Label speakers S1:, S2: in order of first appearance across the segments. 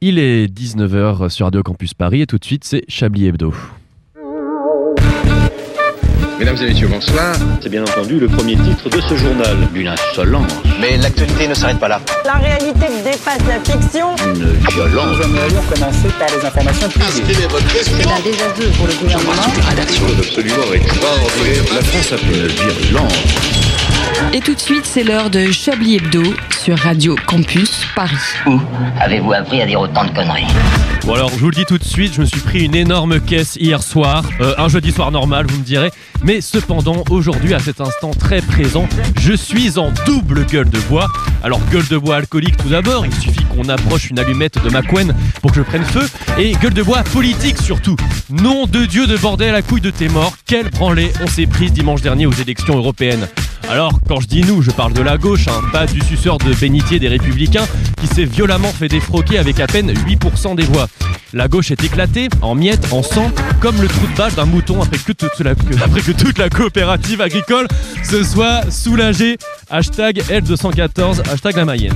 S1: Il est 19h sur Radio Campus Paris et tout de suite c'est Chablis Hebdo.
S2: Mesdames et messieurs, bonsoir.
S3: C'est bien entendu le premier titre de ce journal. Une insolence,
S4: Mais l'actualité ne s'arrête pas là.
S5: La réalité dépasse la fiction.
S3: une violence.
S6: Nous aimerions commencer par les informations privées.
S7: C'est un désaveu pour le gouvernement.
S2: La France a fait.
S8: Et tout de suite, c'est l'heure de Chablis Hebdo sur Radio Campus Paris.
S4: Avez-vous appris à dire autant de conneries
S1: Bon alors je vous le dis tout de suite, je me suis pris une énorme caisse hier soir, euh, un jeudi soir normal vous me direz, mais cependant aujourd'hui à cet instant très présent, je suis en double gueule de bois. Alors gueule de bois alcoolique tout d'abord, il suffit qu'on approche une allumette de ma couenne pour que je prenne feu, et gueule de bois politique surtout. Nom de Dieu de bordel à couille de tes morts, quelle branlée on s'est prise dimanche dernier aux élections européennes. Alors, quand je dis nous, je parle de la gauche, hein, pas du suceur de bénitier des Républicains qui s'est violemment fait défroquer avec à peine 8% des voix. La gauche est éclatée, en miettes, en sang, comme le trou de balle d'un mouton après que, toute la, que- après que toute la coopérative agricole se soit soulagée. Hashtag L214, hashtag la Mayenne.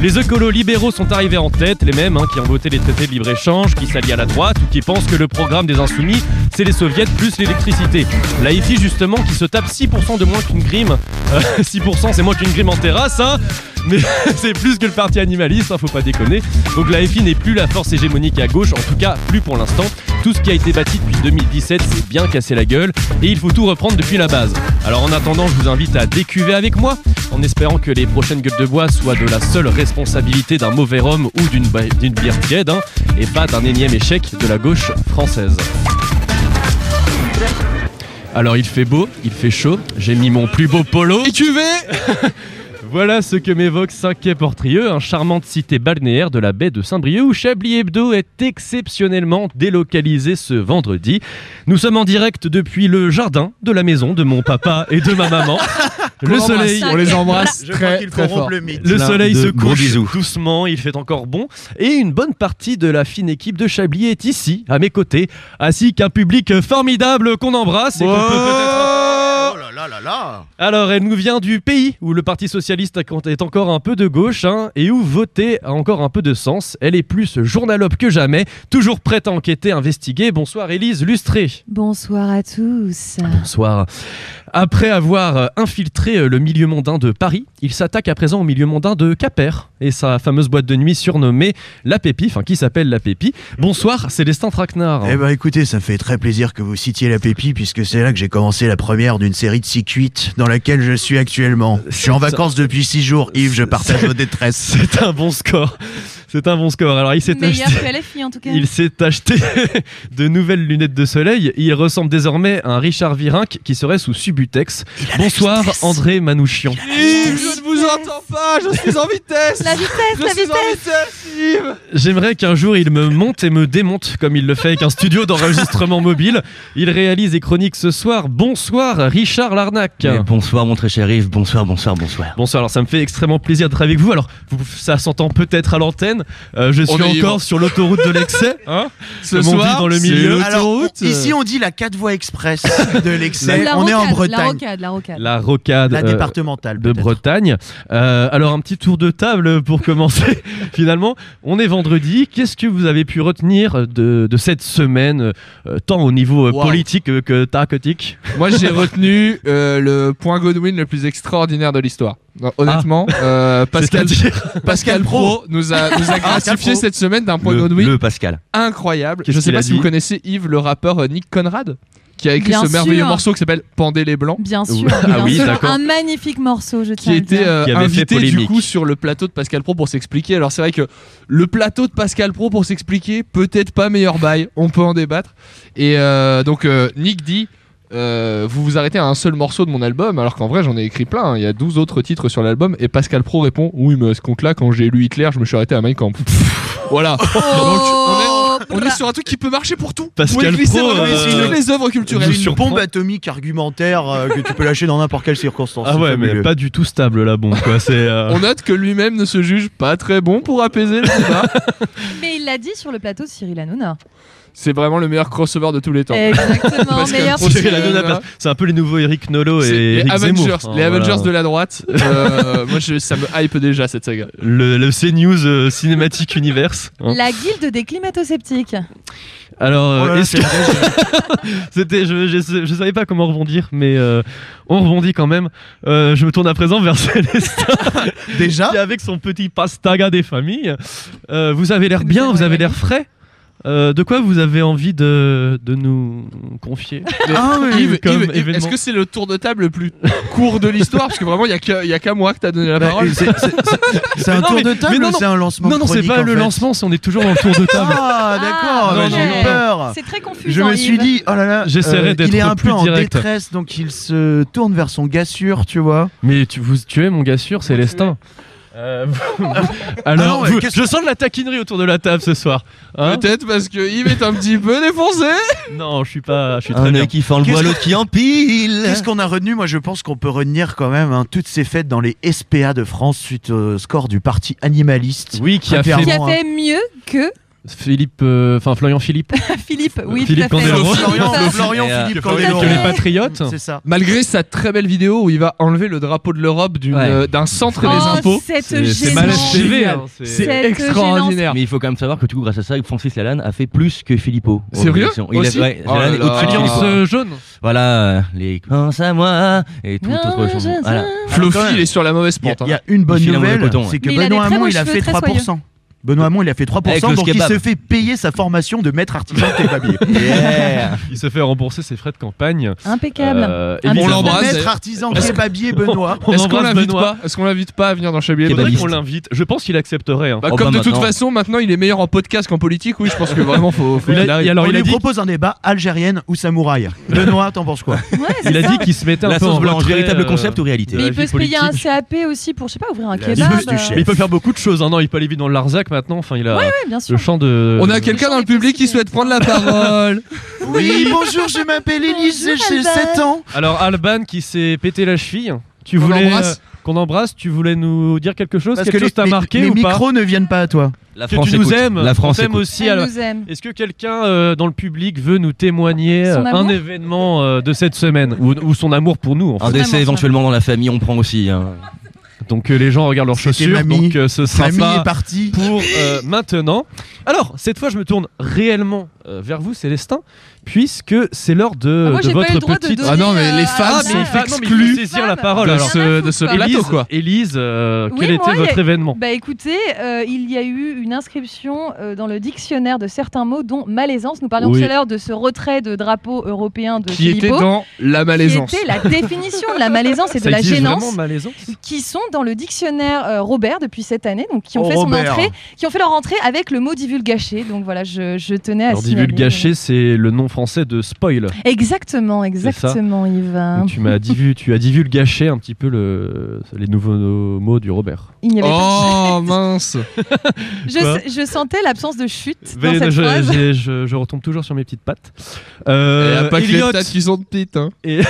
S1: Les écolos libéraux sont arrivés en tête, les mêmes hein, qui ont voté les traités de libre-échange, qui s'allient à la droite ou qui pensent que le programme des insoumis, c'est les soviets plus l'électricité. La IFI justement qui se tape 6% de moins qu'une grime. Euh, 6% c'est moins qu'une grime en terrasse, hein mais c'est plus que le parti animaliste, hein, faut pas déconner. Donc la FI n'est plus la force hégémonique à gauche, en tout cas plus pour l'instant. Tout ce qui a été bâti depuis 2017 s'est bien cassé la gueule et il faut tout reprendre depuis la base. Alors en attendant, je vous invite à décuver avec moi en espérant que les prochaines gueules de bois soient de la seule responsabilité d'un mauvais rhum ou d'une ba- d'une bière tiède hein, et pas d'un énième échec de la gauche française. Alors il fait beau, il fait chaud, j'ai mis mon plus beau polo. Et tu vais Voilà ce que m'évoque Saint-Quay Portrieux, un charmante cité balnéaire de la baie de Saint-Brieuc où Chablis Hebdo est exceptionnellement délocalisé ce vendredi. Nous sommes en direct depuis le jardin de la maison de mon papa et de ma maman. Le soleil,
S8: On les
S9: embrasse
S6: très, très fort.
S9: le mythe.
S1: le
S9: Plein
S1: soleil
S9: de
S1: se
S9: gros
S1: couche
S9: bisous.
S1: doucement, il fait encore bon. Et une bonne partie de la fine équipe de Chablis est ici, à mes côtés, ainsi qu'un public formidable qu'on embrasse et qu'on peut peut-être-
S9: Oh là là là là
S1: Alors, elle nous vient du pays où le Parti Socialiste est encore un peu de gauche hein, et où voter a encore un peu de sens. Elle est plus journalope que jamais, toujours prête à enquêter, investiguer. Bonsoir Élise Lustré.
S10: Bonsoir à tous.
S1: Bonsoir. Après avoir euh, infiltré euh, le milieu mondain de Paris, il s'attaque à présent au milieu mondain de Quimper et sa fameuse boîte de nuit surnommée La Pépi, enfin qui s'appelle La Pépi. Bonsoir, Célestin Traquenard.
S11: Eh ben écoutez, ça me fait très plaisir que vous citiez la Pépi puisque c'est là que j'ai commencé la première d'une série de six cuites dans laquelle je suis actuellement. Je suis en vacances depuis six jours, Yves, je partage vos détresses.
S1: C'est un bon score. C'est un bon score. Alors, il s'est
S10: Meilleur
S1: acheté-
S10: que LFI en tout cas.
S1: Il s'est acheté de nouvelles lunettes de soleil. Il ressemble désormais à un Richard Virenque qui serait sous Subutex. Bonsoir André Manouchian.
S9: Je ne vous entends pas, je suis en vitesse
S10: La vitesse, la vitesse.
S1: J'aimerais qu'un jour il me monte et me démonte comme il le fait avec un studio d'enregistrement mobile. Il réalise des chroniques ce soir. Bonsoir Richard Larnac.
S3: Mais bonsoir mon très cher Yves, bonsoir, bonsoir, bonsoir.
S1: Bonsoir, alors ça me fait extrêmement plaisir d'être avec vous. Alors, vous- ça s'entend peut-être à l'antenne. Euh, je suis
S9: On est
S1: encore
S9: vivant.
S1: sur l'autoroute de l'excès. Hein
S9: Ce
S1: Comme on dit
S9: soir,
S1: dans le
S9: c'est
S1: milieu.
S11: Alors,
S9: l'autoroute.
S11: on- ici on dit la quatre voies express de l'excès,
S10: La
S11: on est en
S10: rocade, La
S11: Bretagne.
S10: rocade, la rocade.
S1: la rocade.
S11: La,
S1: euh,
S11: départementale
S1: de
S11: peut-être.
S1: Bretagne. Euh, alors un petit tour de table pour commencer. Finalement, on est vendredi. Qu'est-ce que vous avez pu retenir de, de cette semaine, euh, tant au niveau euh,
S9: Wow.
S1: politique euh, que tactique
S9: Moi j'ai retenu euh, le point Godwin le plus extraordinaire de l'histoire. Non, Honnêtement, euh, Pascal,
S1: Ah. C'est-à-dire- Ah,
S9: Pascal Pro nous a, nous a gratifié
S11: Pro.
S9: cette semaine d'un point
S3: Le,
S9: Godwin
S3: le Pascal.
S9: incroyable.
S1: Qu'est-ce
S9: Je sais
S1: qu'il a
S9: pas si
S1: dit
S9: vous connaissez Yves, le rappeur euh, Nick Conrad, qui a écrit
S10: Bien
S9: ce merveilleux
S10: sûr.
S9: morceau qui s'appelle Pendez les Blancs.
S10: Bien sûr.
S1: Ah
S10: bien
S1: oui,
S10: sûr.
S1: d'accord.
S10: Un magnifique morceau, je tiens
S9: qui
S10: à le
S9: était
S10: dire.
S9: euh,
S1: Qui avait fait
S9: invité du
S1: polémique.
S9: coup sur le plateau de Pascal Pro pour s'expliquer. Alors c'est vrai que le plateau de Pascal Pro pour s'expliquer, peut-être pas meilleur bail, on peut en débattre. Et euh, donc euh, Nick dit euh, vous vous arrêtez à un seul morceau de mon album, alors qu'en vrai j'en ai écrit plein, hein. il y a 12 autres titres sur l'album, et Pascal Pro répond Oui, mais à ce compte-là, quand j'ai lu Hitler, je me suis arrêté à Mein Kampf. voilà.
S1: Oh,
S10: Oh,
S9: On est sur un truc qui peut marcher pour tout.
S1: Pascal
S9: Vous pouvez glisser
S1: Pro,
S9: dans les-
S1: euh,
S9: sur toutes les œuvres culturelles.
S1: nous
S11: Une
S1: surprend.
S11: bombe atomique argumentaire euh, que tu peux lâcher dans n'importe quelle circonstance.
S1: Ah
S11: c'est
S1: ouais, mais
S11: fabuleux.
S1: pas du tout stable la bombe. Quoi. C'est, euh,
S9: On note que lui-même ne se juge pas très bon pour apaiser le débat.
S10: Mais il l'a dit sur le plateau de Cyril Hanouna.
S9: c'est vraiment le meilleur crossover de tous les temps.
S10: Exactement,
S9: Pascal
S10: meilleur
S9: Pro, c'est
S1: la
S9: la
S1: nana,
S9: nana.
S1: C'est un peu les nouveaux Eric Nolo
S9: C'est
S1: et
S9: les
S1: Eric
S9: Avengers,
S1: Zemmour. hein,
S9: les Avengers
S1: voilà.
S9: de la droite. Euh, moi, je- ça me hype déjà cette saga.
S1: le, le CNews euh, Cinematic Universe. hein.
S10: La guilde des climato-sceptiques.
S1: Alors, euh,
S11: Oh là là,
S1: est-ce que- c'était, je, je, je savais pas comment rebondir, mais euh, on rebondit quand même. Euh, je me tourne à présent vers Célestin,
S11: Déjà
S1: qui avec son petit pastaga des familles. Euh, vous avez l'air
S10: Nous
S1: bien,
S10: avons
S1: vous avez
S10: évalué.
S1: l'air frais. Euh, de quoi vous avez envie de, de nous confier
S11: Ah oui.
S9: Yves,
S1: comme
S9: Yves, Yves,
S1: événement.
S9: est-ce que c'est le tour de table le plus court de l'histoire Parce que vraiment, il n'y a que- il y a qu'à moi que t'as donné la
S11: Bah,
S9: parole.
S11: c'est- c'est- c'est- C'est
S1: Mais
S11: un
S1: non,
S11: tour
S1: mais-
S11: de
S1: mais
S11: table
S1: non,
S11: ou
S1: non.
S11: c'est un lancement
S1: Non, non, c'est
S11: chronique,
S1: pas
S11: en
S1: le
S11: fait
S1: lancement, c'est- on est toujours dans le tour de table.
S11: Ah,
S10: Ah,
S11: d'accord, bah,
S1: non,
S11: j'ai
S10: ouais.
S11: eu peur.
S10: C'est très confus.
S11: Je me suis dit, oh là là,
S1: J'essaierai
S11: euh,
S1: d'être
S11: il est un
S1: plus
S11: peu en
S1: direct.
S11: détresse, donc il se tourne vers son gars sûr, tu vois.
S1: Mais tu, vous tuez mon gars sûr, Célestin. Euh, Alors,
S11: Ah non, mais
S1: vous-
S11: qu'est-ce
S1: je sens de la taquinerie autour de la table ce soir. Hein
S9: Peut-être parce que Yves est un petit peu défoncé.
S1: non, je suis pas, je suis très bien.
S11: qui fend
S12: le bois, l'autre qui empile.
S11: Qu'est-ce qu'on a retenu Moi, je pense qu'on peut retenir quand même hein, toutes ces fêtes dans les SPA de France suite au score du parti animaliste.
S1: Oui, qui a fait
S11: Clairement,
S10: Qui a
S11: hein.
S10: fait mieux que
S1: Philippe, euh, enfin Florian Philippe,
S10: Philippe Oui,
S1: Philippe
S10: tout à fait.
S1: Candeloro.
S11: Florian,
S10: Philippe.
S11: Florian
S12: euh,
S11: Philippe
S10: que Florian
S11: Candeloro.
S1: que les
S10: Ouais.
S1: Patriotes.
S11: C'est ça.
S9: Malgré sa très belle vidéo où il va enlever le drapeau de l'Europe d'une,
S12: Ouais.
S9: euh, d'un centre des
S10: Oh,
S9: impôts.
S10: cette
S1: C'est
S10: gênance.
S1: Malaise TV, hein,
S10: C'est
S9: C'est
S1: c'est-
S10: Cette
S9: extraordinaire.
S12: Mais il faut quand même savoir que du coup, grâce à ça, Francis Lalanne a fait plus que Philippot.
S9: C'est vrai
S12: Eurovision. Il
S9: Aussi
S12: a, ouais,
S9: Oh
S12: Lalanne
S9: là
S12: est au-dessus de
S9: là.
S12: Philippot.
S1: Alliance euh, jaune.
S12: Voilà, euh, les pense à moi et tout
S10: Non,
S12: autre
S10: je
S12: chose.
S10: sais.
S12: Voilà.
S9: Flofi,
S11: quand même.
S9: il est sur la mauvaise
S11: Il y a-
S9: pente.
S11: il y,
S9: hein.
S11: a une bonne
S12: Il file un mauvais
S11: nouvelle,
S12: coton, ouais.
S11: c'est que
S10: Mais il a
S11: Benoît
S10: des très
S11: Hamon,
S10: beaux
S11: il a
S10: cheveux,
S11: fait
S10: très
S11: 3%. Benoît Hamon, il a fait 3%,
S12: Avec le
S11: donc il
S12: kebab.
S11: se fait payer sa formation de maître artisan kebabier.
S12: Yeah.
S1: Il se fait rembourser ses frais de campagne.
S10: Impeccable.
S1: Euh,
S10: On
S1: évidemment.
S9: l'embrasse. Embrasse,
S11: Maître
S9: d'ailleurs.
S11: artisan kebabier Benoît.
S1: On
S9: Est-ce qu'on
S1: embrasse
S9: l'invite
S1: Benoît.
S9: pas Est-ce qu'on l'invite pas à venir dans Chablis
S1: Il
S9: Hebdo
S1: faudrait
S12: Kebaliste.
S1: qu'on l'invite. Je pense qu'il accepterait. hein.
S9: Bah,
S12: Oh,
S9: comme
S12: bah,
S9: de toute
S12: maintenant.
S9: façon, maintenant il est meilleur en podcast qu'en politique. Oui, je pense que vraiment faut. faut
S1: Il a-
S9: qu'il arrive.
S1: et alors,
S11: on
S1: il a
S11: lui
S1: dit-
S11: propose un débat algérienne ou samouraï. Benoît, t'en penses quoi
S10: Ouais, c'est
S1: Il a
S10: ça.
S1: dit qu'il se mettait un
S12: La
S1: peu en
S12: sauce blanche,
S1: retrait,
S12: véritable
S1: euh,
S12: concept ou réalité
S10: Mais
S1: la
S10: il peut
S1: vie
S10: se payer un
S1: politique.
S10: CAP aussi pour, je sais pas, ouvrir un
S11: La
S10: kebab. euh,
S11: sauce du chef.
S1: Mais il peut faire beaucoup de choses. hein. Non, il peut aller vite dans le Larzac maintenant. Enfin, il a
S10: Ouais, bien sûr.
S1: le champ de.
S9: On a quelqu'un dans le public qui souhaite prendre la parole.
S11: Oui, bonjour, je m'appelle Élise,
S10: Bonjour,
S11: j'ai
S10: Albert.
S11: 7 ans.
S1: Alors Alban qui s'est pété la cheville. Tu
S9: Qu'on
S1: voulais
S9: embrasse.
S1: euh, qu'on embrasse. Tu voulais nous dire quelque chose. quelque
S11: les,
S1: chose t'a
S11: les-
S1: marqué
S11: les
S1: ou pas
S11: micros ne viennent pas à toi.
S12: La
S1: Que tu nous
S12: écoute.
S1: aimes.
S12: La France
S1: on t'aime
S12: écoute.
S1: aussi.
S10: Elle
S1: alors-
S10: nous aime.
S1: Est-ce que quelqu'un euh, dans le public veut nous témoigner
S10: Son
S1: euh, un
S10: amour
S1: événement euh, de cette semaine ou, ou son amour pour nous en fait.
S12: Un décès
S10: Vraiment,
S12: éventuellement dans la famille, on prend aussi. hein.
S1: Donc euh, les gens regardent leurs
S11: C'était
S1: chaussures.
S11: mamie.
S1: Donc euh, ce sera
S11: Famille
S1: pas
S11: est partie.
S1: pour euh, maintenant. Alors cette fois, je me tourne réellement euh, vers vous, Célestin, puisque c'est l'heure de,
S10: Ah, moi,
S1: de
S10: j'ai pas eu
S1: votre
S10: le droit de
S1: petite.
S10: donner,
S9: Ah non, mais
S10: euh,
S9: les
S10: à
S9: femmes
S10: Albert.
S9: sont
S1: Ah, non, mais il faut
S9: exclues
S1: saisir la parole
S9: de
S1: alors.
S9: ce, de ce
S10: Élise.
S9: plateau, quoi.
S1: Élise, euh,
S10: Oui,
S1: quel
S10: moi,
S1: était
S10: il y a-
S1: votre événement
S10: Bah écoutez, euh, il y a eu une inscription euh, dans le dictionnaire de certains mots, dont malaisance. Nous parlions
S1: Oui.
S10: tout à l'heure de ce retrait de drapeau européen de
S9: Qui était
S10: Philippot,
S9: dans la malaisance.
S10: qui était la définition de la malaisance et de
S1: Ça
S10: la
S1: existe
S10: gênance.
S1: vraiment, malaisance
S10: qui sont dans le dictionnaire euh, Robert depuis cette année, donc qui ont
S11: Oh,
S10: fait son
S11: Robert.
S10: entrée, qui ont fait leur entrée avec le mot divulgaché. Donc voilà, je, je tenais à
S1: Alors,
S10: signaler.
S1: divulgaché, c'est le nom français de spoil.
S10: Eh Exactement, exactement, Yvan.
S1: Donc, tu m'as divu, tu as divulgaché un petit peu le, les nouveaux mots du Robert.
S10: Il n'y avait pas.
S9: Oh mince
S1: quoi
S10: Je, je sentais l'absence de chute dans
S1: Mais
S10: cette
S1: je,
S10: phrase.
S1: j'ai- je- je retombe toujours sur mes petites pattes.
S9: Il
S1: Euh,
S9: a pas que les
S1: Elliot
S9: têtes qui sont petites. Hein.
S1: et-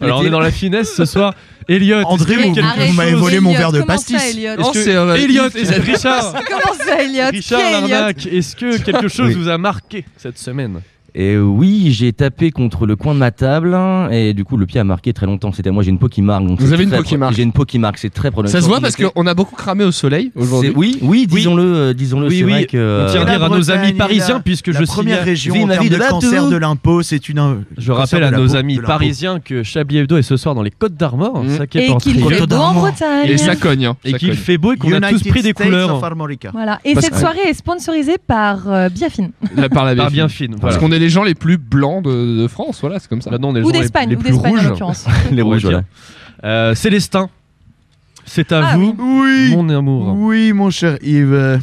S1: Alors on est dans la finesse ce soir. Elliot,
S11: André,
S10: Mais
S11: vous, vous
S10: arrête,
S11: m'avez volé
S10: Elliot,
S11: mon verre de
S10: comment Ça,
S11: pastis.
S10: Elliot
S1: Est-ce
S9: Non,
S1: que-
S9: c'est, euh,
S1: Elliot,
S9: Yves
S1: et c'est Richard,
S10: comment ça, Elliot Qui
S1: Richard
S10: est Elliot
S1: l'arnaque. Est-ce que quelque chose
S12: Oui.
S1: vous a marqué cette semaine
S12: Et oui, j'ai tapé contre le coin de ma table hein, et du coup le pied a marqué très longtemps. C'était moi, j'ai une peau qui marque. Donc
S9: Vous
S12: c'est
S9: avez une
S12: très
S9: peau qui
S12: pro-
S9: marque.
S12: J'ai une peau qui marque, c'est très problématique.
S9: Ça se voit parce qu'on a beaucoup cramé au soleil
S12: C'est-
S9: aujourd'hui.
S12: Oui, oui, disons-le, euh, disons-le,
S1: Oui,
S12: c'est
S1: oui,
S12: vrai que.
S1: On tient à
S12: euh,
S11: la
S1: dire à nos
S11: Bretagne
S1: amis
S11: est
S1: parisiens
S11: la-
S1: puisque
S11: La
S1: je
S11: première
S1: signale-
S11: région
S12: Vive
S11: en
S12: la
S11: termes
S12: vie
S11: de
S12: de la
S11: cancer
S12: toux.
S11: de l'impôt, c'est une. un-
S1: Je
S11: cancer
S1: rappelle
S11: de
S1: à
S11: la
S1: nos
S11: peau,
S1: amis
S11: de l'impôt.
S1: parisiens que Chablis Hebdo est ce soir dans les Côtes d'Armor,
S9: Mm.
S1: ça qui est
S10: Et
S1: en
S10: qu'il
S1: train.
S10: fait beau en
S11: D'Armand.
S10: Bretagne.
S9: Et ça cogne. Hein.
S1: et
S9: ça
S1: qu'il
S9: cogne.
S1: fait beau et qu'on a tous
S11: United
S1: pris des
S11: States of
S1: couleurs
S11: Armorica.
S10: Voilà. Et
S12: Parce
S10: cette
S12: que-
S10: soirée est sponsorisée par euh, Biafine.
S9: La par la
S1: par
S9: bien
S1: bien fine.
S9: Parce
S1: Voilà.
S9: qu'on est les gens les plus blancs de, de France, voilà, c'est comme ça.
S1: Maintenant, on est les
S10: Ou
S1: gens les-
S10: d'Espagne,
S1: les
S10: ou
S1: plus
S10: d'Espagne en
S1: rouges.
S10: l'occurrence.
S12: les
S1: On va
S12: rouges, voilà.
S1: dire. Euh, Célestin, c'est à
S10: Ah
S1: vous,
S11: Oui,
S1: mon amour.
S11: oui, mon cher Yves.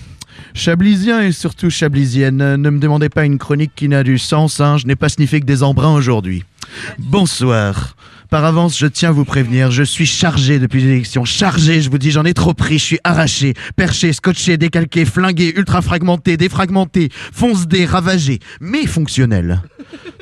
S11: Chablisien et surtout chablisienne, euh, ne me demandez pas une chronique qui n'a du sens, hein, je n'ai pas sniffé que des embruns aujourd'hui. Bonsoir. Par avance, je tiens à vous prévenir, je suis chargé depuis l'élection. Chargé, je vous dis, j'en ai trop pris, je suis arraché, perché, scotché, décalqué, flingué, ultra fragmenté, défragmenté, fonce-dé, ravagé, mais fonctionnel.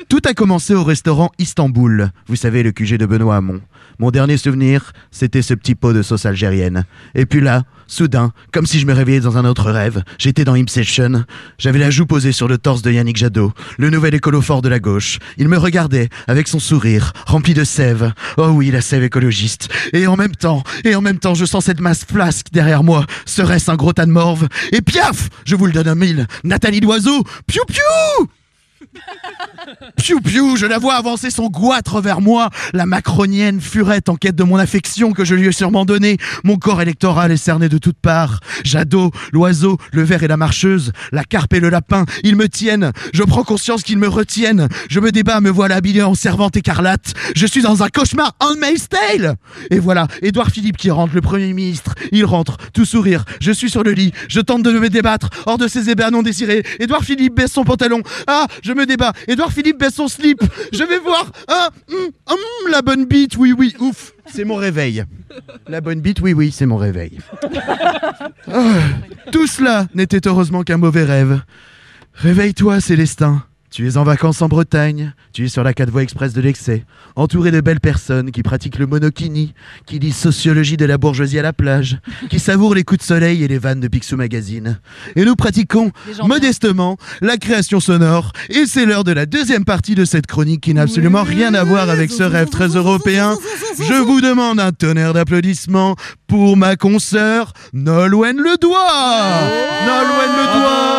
S11: Tout a commencé au restaurant Istanbul, vous savez, le QG de Benoît Hamon. Mon dernier souvenir, c'était ce petit pot de sauce algérienne. Et puis là, Soudain, comme si je me réveillais dans un autre rêve, j'étais dans Inception. J'avais la joue posée sur le torse de Yannick Jadot, le nouvel écolo fort de la gauche. Il me regardait avec son sourire, rempli de sève. Oh oui, la sève écologiste. Et en même temps, et en même temps, je sens cette masse flasque derrière moi. Serait-ce un gros tas de morve Et piaf Je vous le donne en mille. Nathalie Loiseau Piou piou Piou piou, je la vois avancer son goitre vers moi, la macronienne furette en quête de mon affection que je lui ai sûrement donnée. Mon corps électoral est cerné de toutes parts. Jadot, l'oiseau, le ver et la marcheuse, la carpe et le lapin, ils me tiennent. Je prends conscience qu'ils me retiennent. Je me débat, me voilà habillé en servante écarlate. Je suis dans un cauchemar on Tale. Et voilà, Édouard Philippe qui rentre, le Premier ministre. Il rentre, tout sourire. Je suis sur le lit. Je tente de me débattre hors de ces ébats non désirés. Édouard Philippe baisse son pantalon. Ah, je me débat. Édouard Philippe baisse son slip. Je vais voir. Ah, hum, hum, la bonne bite. Oui, oui, ouf. C'est mon réveil. La bonne bite, oui, oui, c'est mon réveil. Ah, tout cela n'était heureusement qu'un mauvais rêve. Réveille-toi, Célestin. Tu es en vacances en Bretagne, tu es sur la 4 voies express de l'excès, entouré de belles personnes qui pratiquent le monokini, qui lisent sociologie de la bourgeoisie à la plage, qui savourent les coups de soleil et les vannes de Picsou Magazine. Et nous pratiquons modestement la création sonore, et c'est l'heure de la deuxième partie de cette chronique qui n'a absolument rien à voir avec ce rêve très européen. Je vous demande un tonnerre d'applaudissements pour ma consoeur Nolwenn Ledois Nolwenn Ledois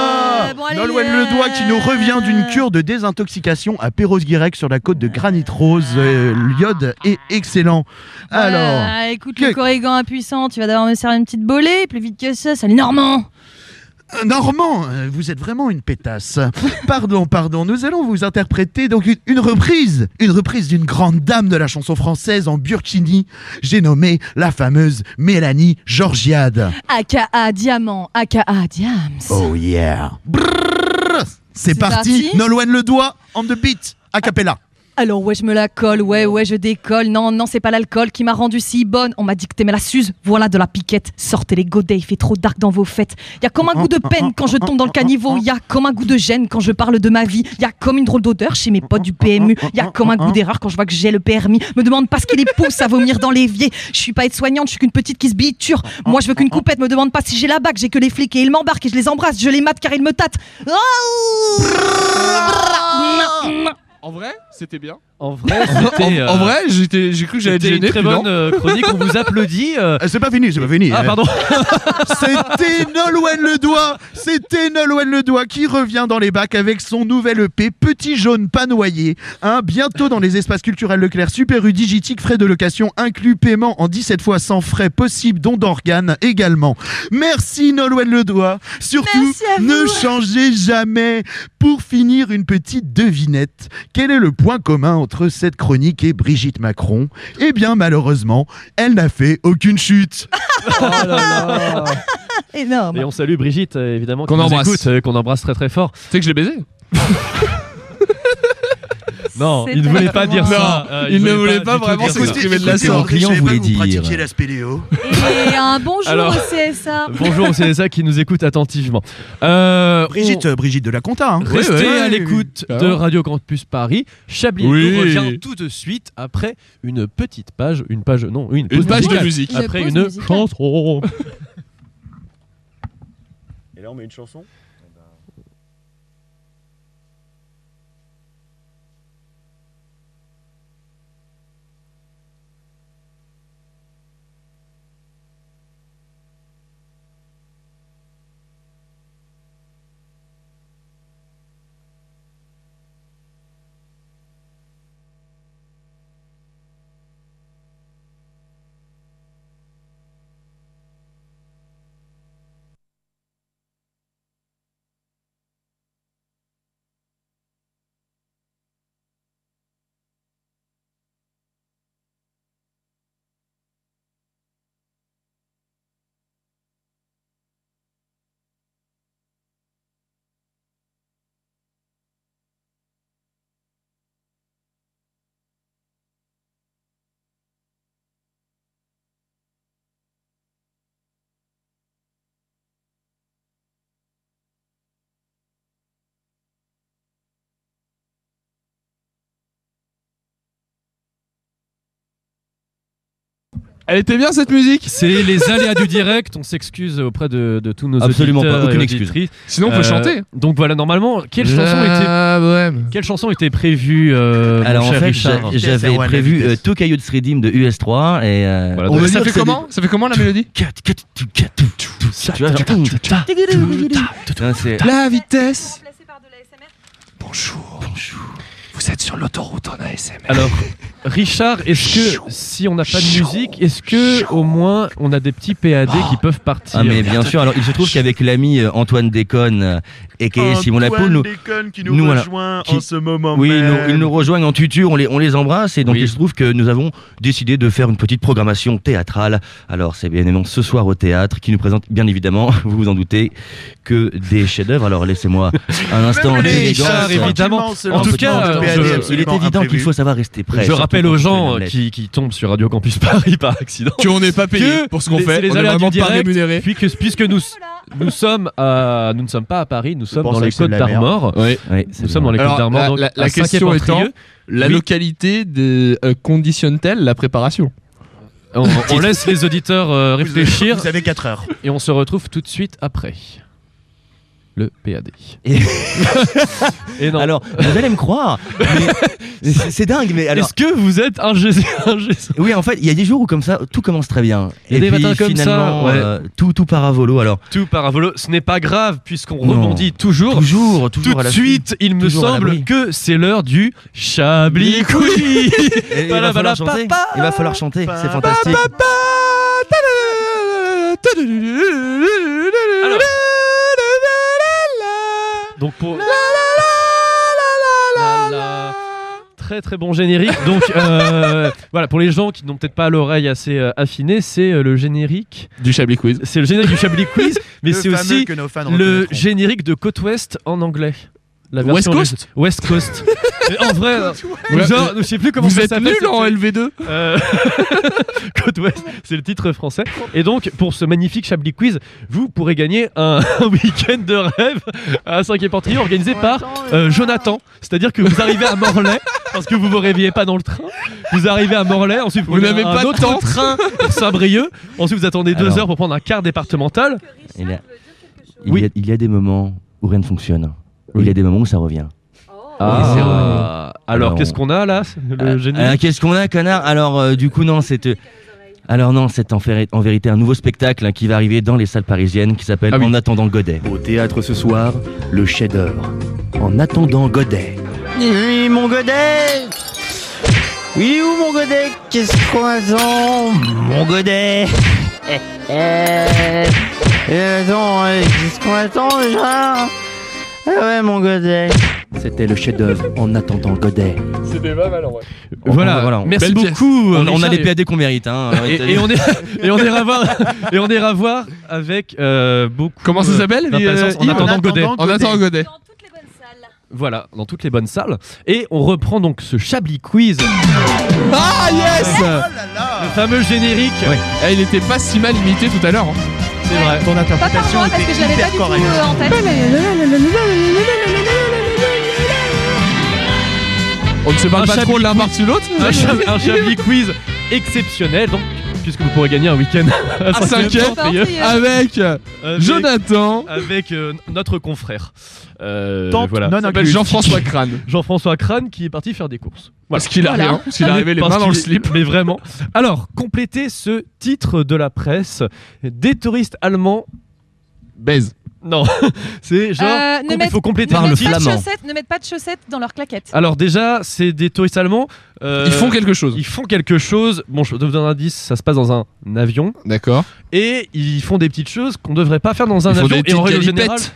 S11: Nolwenn Ledois qui nous revient d'une cure de désintoxication à Perros-Guirec sur la côte de Granit Rose. Euh, l'iode est excellent. Alors,
S10: Ah, écoute, le corrigan impuissant, tu vas d'abord me servir une petite bolée, plus vite que ça, salut Normand
S11: Euh, Normand, euh, vous êtes vraiment une pétasse. Pardon, pardon, nous allons vous interpréter donc une, une reprise, une reprise d'une grande dame de la chanson française en burkini. J'ai nommé la fameuse Mélanie Georgiade.
S10: AKA Diamant, AKA Diams.
S11: Oh yeah. Brrr. C'est parti,
S10: parti.
S11: Nolwenn le doigt, on the beat, a cappella.
S10: Alors ouais, je me la colle, ouais, ouais, je décolle. Non, non, c'est pas l'alcool qui m'a rendue si bonne. On m'a dit que t'aimais la suze, voilà de la piquette. Sortez les godets, il fait trop dark dans vos fêtes. Y a comme un goût de peine quand je tombe dans le caniveau. Y a comme un goût de gêne quand je parle de ma vie. Y a comme une drôle d'odeur chez mes potes du PMU. Y a comme un goût d'erreur quand je vois que j'ai le permis. Me demande pas ce qui les pousse à vomir dans l'évier. Je suis pas aide-soignante, je suis qu'une petite qui se biture. Moi, je veux qu'une coupette me demande pas si j'ai la bague. J'ai que les flics et ils m'embarquent et je les embrasse. Je les mate car ils me tâtent. Oh
S9: En vrai, c'était bien.
S1: En vrai, c'était,
S9: en,
S1: euh,
S9: en vrai, j'étais- j'ai cru que j'allais être
S1: c'était
S9: gêné.
S1: une très
S9: puis
S1: bonne
S9: non.
S1: euh, chronique. On vous applaudit. euh.
S11: C'est pas fini, c'est pas fini. hein.
S1: Ah, pardon.
S11: C'était Nolwenn Le Doigt, c'était Nolwenn Le Doigt qui revient dans les bacs avec son nouvel EP Petit Jaune Pas Noyé. Hein, bientôt dans les espaces culturels Leclerc, Super U Digitique, frais de location inclus, paiement en 17 fois sans frais possible, don d'organes également. Merci Nolwenn Le Doigt. Surtout, ne changez jamais. Pour finir, une petite devinette. Quel est le point commun entre cette chronique et Brigitte Macron Eh bien, malheureusement, elle n'a fait aucune chute.
S10: Énorme.
S1: Et on salue Brigitte, euh, évidemment,
S9: Qu'on
S1: qui nous
S9: embrasse.
S1: écoute, euh, qu'on embrasse très très fort.
S9: Tu sais que je l'ai baisé
S1: Non,
S10: C'est
S1: il ne voulait pas
S10: incroyable.
S1: dire ça. Euh,
S9: Non, il ne voulait pas
S1: du tout
S9: vraiment
S1: dire ça.
S9: s'exprimer. Écoutez, de la écoutez, sorte.
S11: mon
S12: Client voulait
S11: vous
S12: dire.
S11: pratiquiez la spéléo.
S10: Et un bonjour
S1: Alors-
S10: au CSA.
S1: Bonjour au CSA qui nous écoute attentivement. Euh,
S11: Brigitte, euh, Brigitte de la Conta. hein.
S1: Restez
S9: Ouais, ouais.
S1: à l'écoute
S9: Ah.
S1: de Radio Campus Paris. Chablis
S9: Oui.
S1: Hebdo revient tout de suite après une petite page, une page, non,
S9: Une
S1: une, pause
S9: page de
S1: musicale.
S9: musique.
S10: Une
S1: Après
S10: pause
S1: une
S10: musicale.
S1: chanson.
S2: Et là, on met une chanson
S9: Elle était bien cette musique
S1: C'est les aléas du direct, on s'excuse auprès de, de tous nos
S12: Absolument
S1: auditeurs
S12: pas, aucune
S1: et
S12: excuse.
S1: auditrices. Euh,
S9: Sinon, on peut chanter. Euh,
S1: Donc voilà, normalement, quelle
S9: La
S1: chanson était quelle chanson était prévue euh, mon
S12: Alors en
S1: cher
S12: fait, j'a-
S1: Richard
S12: j'avais prévu euh, tout caillou de Sredim de US3 et euh,
S9: On va dire, ça fait comment Ça fait comment la mélodie
S12: Tu vois, genre- Non, c'est-
S9: La vitesse. Bonjour. Vous êtes sur l'autoroute en ASMR.
S1: Alors, Richard, est-ce que si on n'a pas de musique, est-ce que au moins on a des petits PAD qui peuvent partir
S12: Ah mais bien sûr, alors il se trouve qu'avec l'ami euh, Antoine Déconne et qui est Simon Lapoule, nous,
S11: qui nous,
S12: voilà,
S11: rejoint
S12: qui-
S11: en ce moment
S12: oui, ils
S11: même.
S12: nous, ils nous rejoignent en tutu, on les, on les embrasse et donc il se trouve que nous avons décidé de faire une petite programmation théâtrale. Alors c'est bien évidemment ce soir au théâtre qui nous présente bien évidemment, vous vous en doutez, que des chefs-d'œuvre. Alors laissez-moi un instant
S1: les
S12: d'élégance.
S1: Richard, évidemment.
S12: Un
S1: En tout
S12: petit
S1: cas,
S12: instant
S1: euh,
S12: de-
S1: je-
S12: il est évident qu'il faut savoir rester prêt.
S1: Je
S12: surtout
S1: rappelle
S12: quand
S1: aux
S12: on fait
S1: gens euh,
S12: l'omelette.
S1: qui, qui tombent sur Radio Campus Paris par accident
S9: Que on n'est pas payé
S1: que
S9: pour ce qu'on
S1: les-
S9: fait,
S1: c'est les
S9: on est
S1: aléas du
S9: vraiment pas
S1: direct,
S9: rémunéré.
S1: Puisque, puisque nous, nous sommes à- nous ne sommes pas à Paris, nous sommes
S9: pour
S1: dans
S9: ça
S1: les
S9: que c'est
S1: Côtes
S9: de la merde.
S1: d'Armor.
S9: Oui.
S12: Oui,
S1: Nous sommes dans les Côtes
S9: Alors,
S1: d'Armor.
S9: la,
S1: donc
S9: la-
S1: à
S9: la question étant,
S1: Saint-Quay-Portrieux.
S9: la
S1: Oui.
S9: localité de- euh, conditionne-t-elle la préparation
S1: On, on laisse les auditeurs euh, réfléchir.
S11: Vous avez 4 heures.
S1: Et on se retrouve tout de suite après. Le PAD. Et non.
S12: Alors, vous allez me croire. Ah, mais c'est c'est dingue, mais alors.
S1: Est-ce que vous êtes un G
S12: Oui, en fait, il y a des jours où comme ça, tout commence très bien.
S1: Il y a
S12: Et
S1: des
S12: puis,
S1: matins comme ça,
S12: finalement,
S1: ouais.
S12: euh, tout, tout part à volo. Alors,
S1: Tout paravolo, ce n'est pas grave puisqu'on
S12: Non.
S1: rebondit toujours.
S12: Toujours, toujours
S1: Tout
S12: à
S1: de
S12: la
S1: suite, il me
S12: Toujours à
S1: semble
S12: l'abri.
S1: que c'est l'heure du Chablis Quiz.
S12: Et- et il,
S1: Voilà,
S12: va falloir
S1: voilà,
S12: chanter. il va falloir chanter. C'est fantastique.
S1: Donc pour La, la. Très très bon générique. Donc euh, voilà, pour les gens qui n'ont peut-être pas l'oreille assez euh, affinée, c'est euh, le générique.
S9: Du Chablis Quiz.
S1: C'est le générique du Chablis Quiz, mais
S11: Le
S1: c'est
S11: fameux
S1: aussi
S11: que nos fans
S1: le
S11: reconnaîtront.
S1: générique de Côte Ouest en anglais. La
S9: West
S1: version
S9: Coast
S1: anglaise- West Coast. Mais en vrai, euh,
S9: West.
S1: genre, je sais plus comment
S9: Vous
S1: ça
S9: êtes
S1: s'appelle.
S9: nuls
S1: cette-
S9: en LV2
S1: euh, Côte Ouest, c'est le titre français. Et donc, pour ce magnifique Chablis Quiz, vous pourrez gagner un, un week-end de rêve à 5 et Portrier organisé par euh, Jonathan. C'est-à-dire que vous arrivez à Morlaix, parce que vous vous réveillez pas dans le train. Vous arrivez à Morlain, ensuite vous,
S9: Vous
S1: prenez
S9: n'avez
S1: un
S9: pas de
S1: autre
S9: temps.
S1: train pour Saint-Brieuc. Ensuite, vous attendez deux
S12: Alors.
S1: heures pour prendre un quart départemental.
S12: Il, y a, il,
S1: Oui.
S12: y a, il y a des moments où rien ne fonctionne.
S1: Oui.
S12: Il y a des moments où ça revient.
S1: Ah.
S12: Et c'est revenu.
S1: Alors,
S12: Alors,
S1: qu'est-ce qu'on a là Le générique
S12: Euh, Qu'est-ce qu'on a, connard Alors, euh, du coup, non, c'est. euh, alors non, c'est en, fait- en vérité un nouveau spectacle hein, qui va arriver dans les salles parisiennes qui s'appelle
S9: Ah oui.
S12: En attendant Godet.
S3: Au théâtre ce soir, le chef-d'œuvre.
S12: En attendant Godet.
S4: Oui, mon godet Oui, où mon godet Qu'est-ce qu'on attend Mon godet Eh, eh. Eh, Attends, eh, qu'est-ce qu'on attend déjà Ah ouais, mon godet
S3: C'était le chef-d'œuvre en attendant Godet.
S9: C'était pas mal en vrai.
S1: Voilà,
S12: On- voilà, on-
S1: merci
S9: Belle pièce.
S1: beaucoup.
S12: On, on a
S1: Richard.
S12: les PAD qu'on mérite. hein.
S1: et, et on est et on ira voir et on ira voir avec euh, beaucoup
S9: Comment ça
S1: euh,
S9: s'appelle
S1: d'impatience.
S9: euh,
S1: en
S9: Yves
S1: attendant Godet
S9: En attendant Godet.
S1: voilà dans toutes les bonnes salles et on reprend donc ce Chablis quiz
S9: Ah yes
S1: le fameux générique
S9: Eh, Il était pas si mal imité tout à l'heure. hein.
S1: c'est vrai
S10: Pas
S11: Ton
S10: par
S11: interprétation
S10: moi, parce que
S11: était
S10: je l'avais pas
S11: hyper
S10: du tout
S11: correcte.
S10: euh, en tête.
S9: On ne se
S1: Un
S9: parle pas
S1: Chablis
S9: trop l'un par-dessus l'autre
S1: un, Chab- un Chablis quiz exceptionnel donc puisque vous pourrez gagner un week-end à
S9: À
S1: 5
S9: Saint-Quay.
S10: hein.
S9: Avec euh, Jonathan.
S1: avec euh, notre confrère Euh,
S11: Tente
S1: voilà
S11: non
S9: Ça s'appelle
S11: incluse.
S9: Jean-François Crane.
S1: Jean-François Crane qui est parti faire des courses
S9: Parce qu'il a rien. Parce qu'il est arrivé les
S1: Parce
S9: mains dans le
S1: qu'il-
S9: slip.
S1: Mais vraiment. Alors, complétez ce titre de la presse. Des touristes allemands.
S9: Baise.
S1: Non, c'est genre.
S10: Euh, ne
S1: compl-
S10: mette-
S1: Il faut compléter
S12: Par
S10: ne
S12: le
S1: le
S10: mettent
S1: titre.
S10: pas de
S12: flamand.
S10: chaussettes- Ne mettent pas de chaussettes dans leurs claquettes.
S1: Alors, déjà, c'est des touristes allemands. euh,
S9: Ils font quelque chose.
S1: Ils font quelque chose. Bon, je te donne un indice ça se passe dans un avion.
S9: D'accord.
S1: Et ils font des petites choses qu'on ne devrait pas faire dans un
S9: Ils font
S1: avion.
S9: des
S1: et en
S9: petites
S1: règle générale.
S9: galipettes.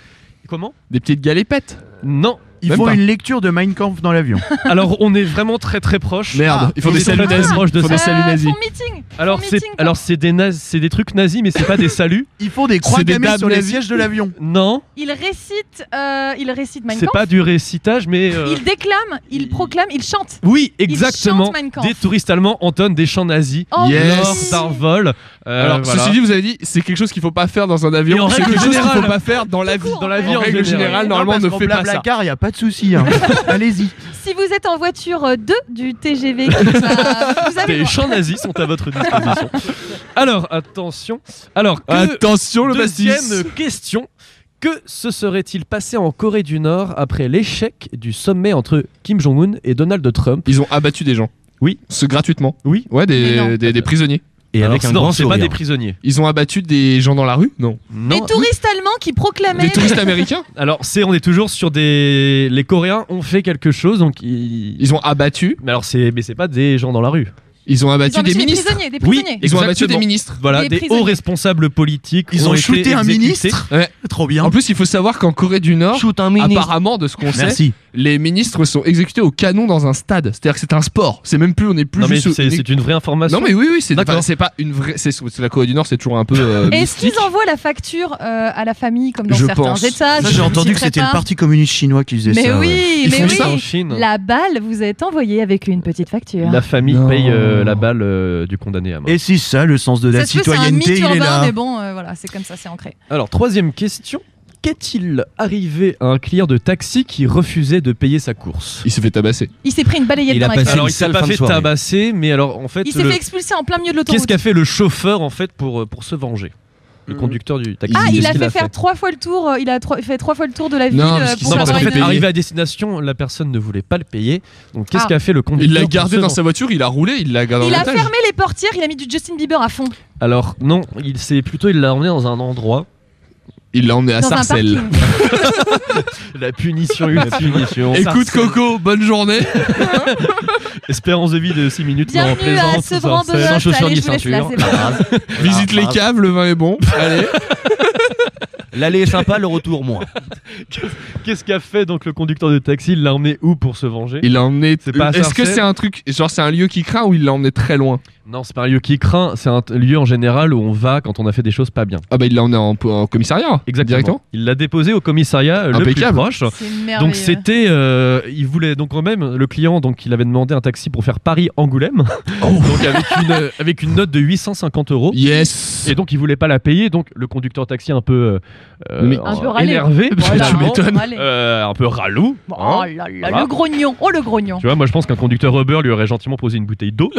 S1: Comment
S9: Des petites galépettes.
S1: Non.
S11: Ils
S9: Même
S11: font
S9: pas.
S11: une lecture de Mein Kampf dans l'avion.
S1: Alors, on est vraiment très très proche.
S9: Merde.
S11: Ah,
S9: Ils font
S1: on
S9: des
S1: est très,
S9: saluts
S1: très
S9: nazis.
S1: proche de
S9: Ils font
S1: ça.
S9: des saluts nazis.
S10: euh, Ah, Son meeting
S1: Alors,
S10: Son
S1: c'est
S10: meeting,
S1: alors, c'est des, nazis- c'est des trucs nazis, mais c'est pas des saluts.
S11: Ils font des croix
S9: C'est des
S11: gammées
S9: dames
S11: sur les
S9: nazies.
S11: sièges de l'avion.
S1: Non.
S10: Il récite, euh, il récite Mein
S1: C'est
S10: Kampf.
S1: pas du récitage, mais. euh,
S10: Il déclame, il proclame, il chante.
S1: Oui,
S10: chante
S1: exactement.
S10: Mein Kampf.
S1: Des touristes allemands entonnent des chants nazis
S10: Oh,
S9: Yes.
S1: lors d'un vol. Euh,
S9: Alors,
S1: voilà.
S9: ceci dit, vous avez dit, c'est quelque chose qu'il faut pas faire dans un
S1: Mais
S9: avion.
S1: en
S9: C'est
S1: règle
S9: quelque chose qu'il
S1: générale.
S9: faut pas faire dans la vie.
S10: court,
S1: Dans la
S10: en
S1: vie
S9: En
S1: en
S9: règle
S1: général.
S9: générale, normalement,
S11: parce
S9: ne
S11: qu'en
S9: fait pas ça.
S11: Blablacar, y a pas de souci. hein. Allez-y.
S10: Si vous êtes en voiture euh, 2 du TGV, qui va- vous avez
S1: Les chants nazis sont à votre disposition. Alors, attention. Alors, que-
S9: Attention, le
S1: deuxième
S9: pastis.
S1: question. Que se serait-il passé en Corée du Nord après l'échec du sommet entre Kim Jong-un et Donald Trump
S9: Ils ont abattu des gens.
S1: Oui.
S9: Ce gratuitement.
S1: Oui.
S9: Ouais,
S1: Mais non.
S9: des, des- des prisonniers.
S12: Et
S1: Alors,
S12: avec un
S1: non,
S12: grand
S1: c'est pas
S12: sourire.
S1: des prisonniers.
S9: Ils ont abattu des gens dans la rue Non.
S1: Non.
S10: des touristes allemands qui proclamaient.
S9: américains
S1: Alors, c'est on est toujours sur des les Coréens ont fait quelque chose donc ils,
S9: ont abattu.
S1: Mais alors c'est mais c'est pas des gens dans la rue.
S9: Ils ont abattu
S10: Ils ont abattu des des ministres. prisonniers, des prisonniers.
S1: Oui,
S9: Ils ont abattu
S1: exactement.
S9: des ministres.
S1: Voilà,
S10: Des
S1: des,
S10: prisonniers.
S1: hauts responsables politiques
S9: Ils ont
S1: été
S9: shooté un
S1: exécutés. Euh,
S9: ministre Trop bien. En plus, il faut savoir qu'en Corée du Nord,
S12: ministre.
S9: apparemment, de ce qu'on sait,
S12: Merci.
S9: les ministres sont exécutés au canon dans un stade. C'est-à-dire que c'est un sport. C'est même plus, on est plus.
S1: Non mais
S9: juste-
S1: c'est c'est une vraie information.
S9: Non mais oui, oui, c'est
S1: D'accord.
S9: enfin, c'est pas une vraie. C'est c'est- la Corée du Nord, c'est toujours un peu. euh,
S10: Est-ce qu'ils envoient la facture euh, à la famille comme dans
S11: Je
S10: certains
S11: pense.
S10: États
S11: Ça,
S10: je vous
S11: J'ai entendu que
S10: citerai
S11: c'était le
S10: pas.
S11: Parti communiste chinois qui faisait
S10: Mais
S11: ça.
S10: oui,
S11: ouais.
S10: mais oui.
S1: en Chine.
S10: La balle vous est envoyée avec une petite facture.
S1: La famille paye euh, la balle euh, du condamné à mort.
S11: Et si ça, le sens de la
S10: Ça se peut, c'est un mythe
S11: citoyenneté, il est
S10: urbain,
S11: là.
S10: mais bon, euh, voilà, c'est comme ça, c'est ancré.
S1: Alors troisième question. Qu'est-il arrivé à un client de taxi qui refusait de payer sa course
S9: Il s'est fait tabasser.
S10: Il s'est pris une balayette dans la gueule.
S1: alors il s'est
S12: sale
S1: pas
S12: fin de
S1: fait
S12: soirée.
S1: tabasser, mais alors en fait,
S10: Il s'est
S1: le-
S10: fait expulser en plein milieu de
S1: qu'est-ce
S10: l'autoroute.
S1: qu'a fait le chauffeur en fait pour euh, pour se venger Le conducteur du taxi.
S10: Ah, il
S1: qu'est-ce
S10: a
S1: qu'il
S10: fait faire trois fois le tour. euh, Il a trois- fait trois fois le tour de la ville
S9: Non,
S10: euh,
S9: parce qu'il
S10: pour
S1: Non, parce qu'en
S10: avoir
S1: fait,
S10: une-
S1: arrivé à destination, la personne ne voulait pas le payer. Donc, qu'est-ce
S10: Ah.
S1: qu'a fait le conducteur
S9: Il l'a
S1: pour
S9: gardé
S1: se
S9: dans
S1: venger
S9: sa voiture, il l'a roulé, il l'a gardé
S10: Il
S9: en
S10: a
S9: otage.
S10: fermé les portières. Il a mis du Justin Bieber à fond.
S1: Alors, non, il s'est plutôt, il l'a emmené dans un endroit.
S9: Il l'a emmené à
S10: Dans un
S9: Sarcelles.
S1: La punition
S12: La
S1: ultime.
S12: punition.
S9: Écoute
S1: Sarcelles.
S9: Coco, bonne journée.
S1: Espérance de vie de 6 minutes. non,
S10: Bienvenue à
S1: plaisante,
S10: Sevran
S1: Sarcelles.
S10: Belote.
S12: chaussures
S10: Allez,
S12: ni
S10: je vous laisse là.
S12: ceinture.
S10: c'est bon.
S1: Ah,
S9: Visite les caves, le vin est bon. Allez.
S12: L'aller est sympa, le retour moins.
S1: Qu'est-ce qu'a fait donc le conducteur de taxi Il l'a emmené où pour se venger
S9: Il l'a emmené.
S1: C'est pas à
S9: Est-ce que
S1: Sarcelles
S9: c'est un truc, genre c'est un lieu qui craint ou il l'a emmené très loin
S1: Non, c'est pas un lieu qui craint, c'est un t- lieu en général où on va quand on a fait des choses pas bien.
S9: Ah bah il l'a emmené en, en commissariat.
S1: Exactement.
S9: Directement.
S1: Il l'a déposé au commissariat euh, le plus
S9: Impeccable.
S1: proche.
S10: C'est merveilleux.
S1: Donc c'était, euh, il voulait donc quand même le client donc il avait demandé un taxi pour faire Paris Angoulême,
S9: Oh.
S1: donc avec une euh, avec une note de 850 euros.
S9: Yes.
S1: Et donc il voulait pas la payer, donc le conducteur taxi un peu euh,
S9: Mais-
S1: euh,
S10: Un peu râlé.
S1: énervé,
S10: Voilà,
S9: tu m'étonnes.
S10: allez.
S1: euh, un peu ralou.
S10: Bon,
S1: hein.
S10: Oh là là,
S1: Voilà.
S10: le grognon, oh le grognon.
S1: Tu vois, moi je pense qu'un conducteur Uber lui aurait gentiment posé une bouteille d'eau,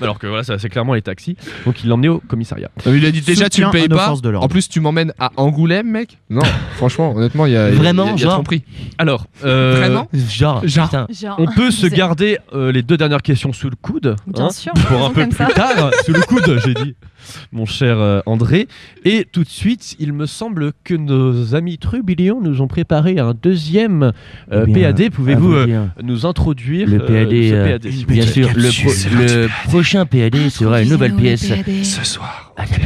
S1: alors que voilà ça c'est clairement les taxis. Donc il l'a emmené au commissariat.
S9: Non, Ah, mais il a dit déjà tu
S11: Soutien
S9: me payes
S11: à nos
S9: pas.
S11: forces de l'ordre.
S9: En plus tu m'emmènes à Angoulême mec. Non franchement honnêtement il y a
S12: Vraiment,
S9: il y a- il y a
S12: genre
S9: tromperie.
S1: Alors euh,
S9: Vraiment
S12: Genre.
S9: Genre.
S12: putain.
S10: Genre,
S1: on peut se
S10: c'est-
S1: garder euh, les deux dernières questions sous le coude.
S10: Bien
S1: hein.
S10: sûr.
S1: pour
S10: faisons
S1: un peu
S10: comme
S1: plus
S10: ça.
S1: tard, sous le coude, j'ai dit, mon cher euh, André. Et tout de suite, il me semble que nos amis Trubillion nous ont préparé un deuxième euh,
S12: Eh bien,
S1: PAD. Pouvez-vous
S12: à
S1: euh,
S12: vrai dire,
S1: nous introduire
S12: Le
S1: euh,
S12: PAD,
S1: ce
S12: euh,
S1: PAD, s'il vous plaît
S12: Bien sûr, le,
S11: capsule,
S12: pro-
S11: c'est
S12: le prochain PAD sera une nouvelle pièce
S9: Ce soir.
S12: adaptée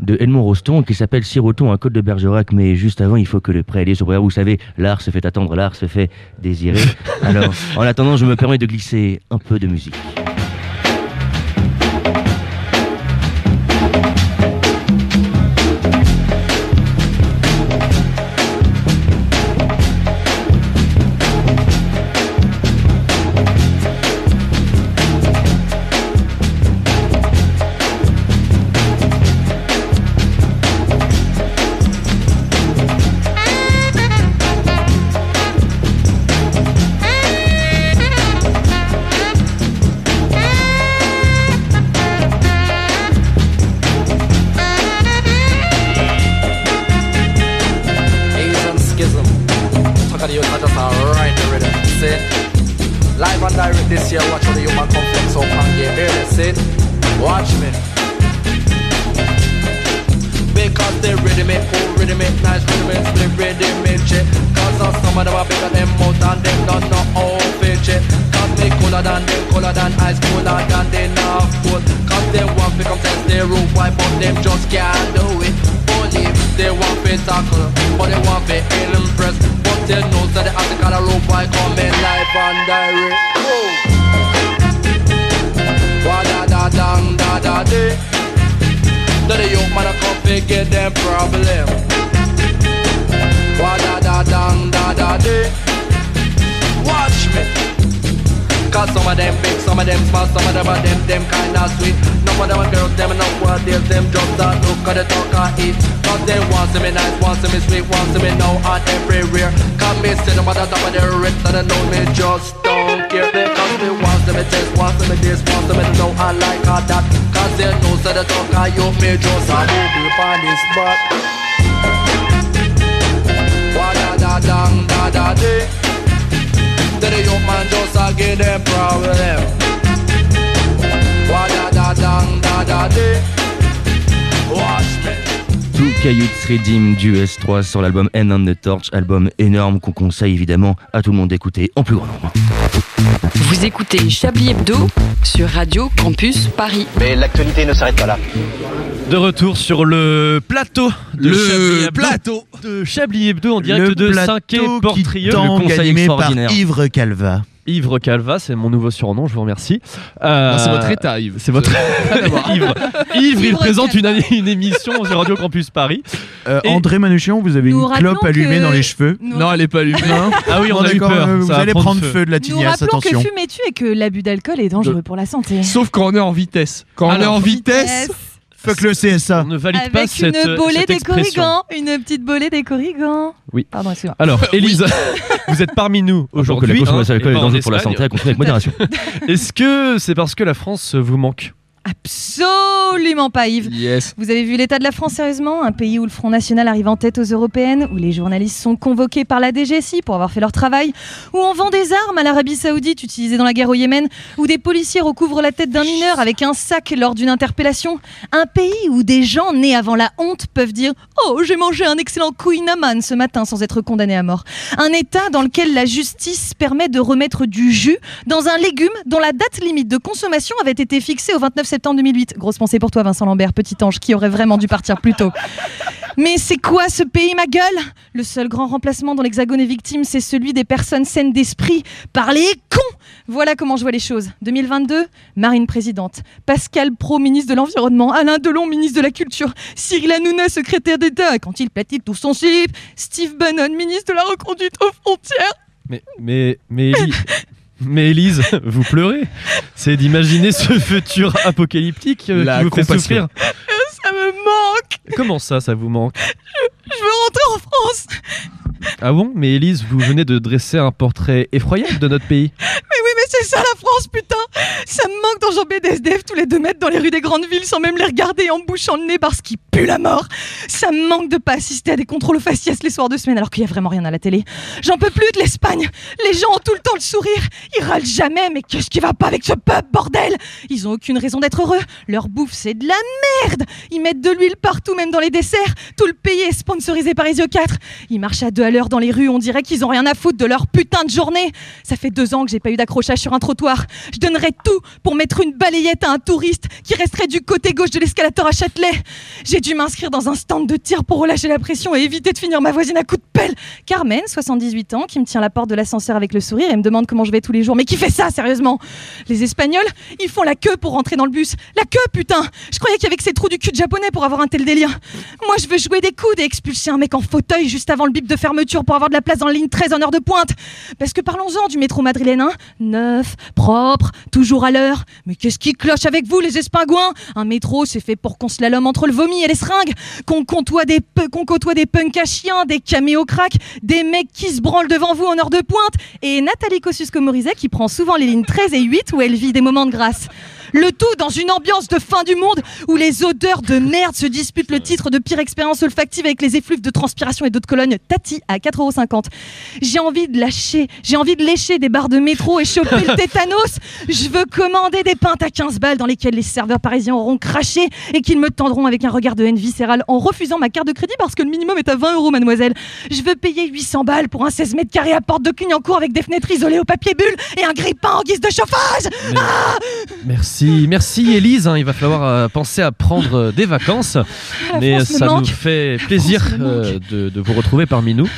S12: de Edmond Rostand qui s'appelle Siroton, un code de Bergerac. Mais juste avant, il faut que le préalé soit préalé. Vous savez, l'art se fait attendre, l'art se fait désirer. Alors, en attendant, je me permets de glisser un peu de musique.
S13: Asian Schism. Takari Yokata-san, right the rhythm. See? Live and direct this year, watch all the human complex up and get here. See? Watch me. Because they rhythm it, cool rhythm it, nice rhythm it, split rhythm it, shit. Cause of some of them are bigger than mouth and them don't know how to fit shit. Cause they cooler than them, cooler than ice, cooler than they know cool. Cause they want become sense, they rule wipe but them just can't do it. Believe they want fit tackle, but they want fit impress. But they know that they have to call a rope by coming live and direct. Whoa. Wa da da dang da da dee. That the young man a come fi get them problem. Wa da da dang da da dee. Watch me. Cause some of them big, some of them small, some of them are them, them kinda sweet. None of them are girls, them and not what deals, them just a look at the talk I eat. Cause they want to me nice, want to me sweet, want to me now and everywhere. Come me see them at the top of their ribs and I know me just don't
S14: them a taste, want them a taste, want them a know I like all that. Cause they know so the talk I you me just a booby on this spot. Wa da da dang da da dee. Then the young man just a give them problem. Wa da da dang da da dee. Wash me.
S12: Two Coyotes Redeem du S3 sur l'album End on the Torch, album énorme qu'on conseille évidemment à tout le monde d'écouter en plus grand nombre.
S8: Vous écoutez Chablis Hebdo sur Radio Campus Paris.
S1: Mais l'actualité ne s'arrête pas là. De retour sur le plateau de
S9: Le
S1: Chablis Hebdo.
S9: plateau.
S1: de Chablis Hebdo en direct
S11: Le
S1: de
S11: plateau
S1: 5
S11: qui
S1: Portrieux.
S11: tangue,
S1: Le conseil
S11: animé par
S1: extraordinaire.
S11: Ivre Calva.
S1: Ivre Calva, c'est mon nouveau surnom, je vous remercie.
S9: Non, Ah, c'est votre état, Yves.
S1: Euh, C'est votre Ivre. Ivre, il
S9: Ivre
S1: présente une, une émission sur Radio Campus Paris.
S11: Euh,
S1: Et-
S11: André Manuchian, vous avez
S10: Nous
S11: une clope
S10: rappelons
S11: allumée
S10: que-
S11: dans les cheveux.
S10: Nous-
S9: Non, elle est pas allumée.
S1: Ah oui, on
S11: Bon,
S1: a eu
S11: d'accord,
S1: peur.
S11: euh, Vous
S1: Ça va
S11: allez prendre feu. de la
S10: Nous
S11: tignasse,
S10: rappelons que
S11: attention.
S10: fumer tue et que l'abus d'alcool est dangereux pour la santé.
S9: Sauf quand on est en vitesse. Quand on est en vitesse.
S11: Fuck le CSA.
S1: On ne valide
S10: Avec
S1: pas
S10: une
S1: cette, euh,
S10: bolée
S1: cette
S10: des
S1: expression.
S10: corrigans, une petite bolée des corrigans.
S1: Oui.
S10: Pardon, excuse-moi.
S1: Alors, Elisa, vous êtes parmi nous
S12: que
S1: aujourd'hui.
S12: la consommation
S1: hein,
S12: d'alcool est
S1: et pas en
S12: dangereuse pour la
S1: Espagne.
S12: santé à consommer avec modération.
S1: Est-ce que c'est parce que la France vous manque
S10: Absolument pas, Yves.
S9: Yes.
S10: Vous avez vu l'état de la France sérieusement Un pays où le Front National arrive en tête aux européennes, où les journalistes sont convoqués par la DGSI pour avoir fait leur travail, où on vend des armes à l'Arabie Saoudite utilisées dans la guerre au Yémen, où des policiers recouvrent la tête d'un mineur avec un sac lors d'une interpellation. Un pays où des gens nés avant la honte peuvent dire Oh, j'ai mangé un excellent Queen ce matin sans être condamné à mort. Un état dans lequel la justice permet de remettre du jus dans un légume dont la date limite de consommation avait été fixée au 29 septembre 2008. Grosse pensée pour toi, Vincent Lambert, petit ange qui aurait vraiment dû partir plus tôt. Mais c'est quoi ce pays, ma gueule Le seul grand remplacement dont l'Hexagone est victime, c'est celui des personnes saines d'esprit par les cons Voilà comment je vois les choses. 2022, Marine présidente, Pascal Pro, ministre de l'Environnement, Alain Delon, ministre de la Culture, Cyril Hanouna, secrétaire d'État, quand il platine tout son chip, Steve Bannon, ministre de la Reconduite aux frontières.
S1: Mais, mais, mais, Élie- mais Élise, vous pleurez. C'est d'imaginer ce futur apocalyptique euh,
S9: La
S1: qui vous fait
S9: compassion.
S1: souffrir.
S10: Ça me manque
S1: Comment ça, ça vous manque
S10: Je veux rentrer en France
S1: Ah bon Mais Élise, vous venez de dresser un portrait effroyable de notre pays.
S10: Mais oui, mais c'est ça la France, putain Ça me manque d'enjamber des SDF tous les deux mètres dans les rues des grandes villes sans même les regarder en bouchant le nez parce qu'ils puent la mort Ça me manque de pas assister à des contrôles aux faciès les soirs de semaine alors qu'il y a vraiment rien à la télé J'en peux plus de l'Espagne Les gens ont tout le temps le sourire Ils râlent jamais, mais qu'est-ce qui va pas avec ce peuple, bordel Ils ont aucune raison d'être heureux Leur bouffe, c'est de la merde Ils mettent de l'huile partout, même dans les desserts Tout le pays est sponsorisé par Isio 4 Ils marchent à deux à l'heure dans les rues, on dirait qu'ils ont rien à foutre de leur putain de journée Ça fait deux ans que j'ai pas eu d'accrochage sur un trottoir. Je donnerais tout pour mettre une balayette à un touriste qui resterait du côté gauche de l'escalator à Châtelet. J'ai dû m'inscrire dans un stand de tir pour relâcher la pression et éviter de finir ma voisine à coups de pelle. Carmen, 78 ans, qui me tient la porte de l'ascenseur avec le sourire et me demande comment je vais tous les jours. Mais qui fait ça, sérieusement Les Espagnols, ils font la queue pour rentrer dans le bus. La queue, putain Je croyais qu'avec ces trous du cul de japonais pour avoir un tel délire. Moi, je veux jouer des coudes et expulser un mec en fauteuil juste avant le bip de fermeture pour avoir de la place dans la ligne 13 en heure de pointe. Parce que parlons-en du métro madrilène, hein. Neuf, propre, toujours à l'heure. Mais qu'est-ce qui cloche avec vous, les espingouins Un métro, c'est fait pour qu'on slalom entre le vomi et les seringues, qu'on côtoie des, pe- qu'on côtoie des punks à chiens, des caméos crack, des mecs qui se branlent devant vous en heure de pointe. Et Nathalie Kosciusko-Morizet qui prend souvent les lignes 13 et 8 où elle vit des moments de grâce. Le tout dans une ambiance de fin du monde où les odeurs de merde se disputent le titre de pire expérience olfactive avec les effluves de transpiration et d'eau de Cologne. Tati à 4,50€. J'ai envie de lâcher, j'ai envie de lécher des barres de métro et choper le tétanos. Je veux commander des pintes à 15 balles dans lesquelles les serveurs parisiens auront craché et qu'ils me tendront avec un regard de haine viscérale en refusant ma carte de crédit parce que le minimum est à 20 euros, mademoiselle. Je veux payer 800 balles pour un 16 mètres carrés à porte de Clignancourt avec des fenêtres isolées au papier bulle et un grippin en guise de chauffage. Ah
S1: Merci, merci Élise. hein, il va falloir euh, penser à prendre euh, des vacances. mais euh,
S10: France me
S1: ça nous
S10: manque.
S1: fait plaisir euh, de, de vous retrouver parmi nous.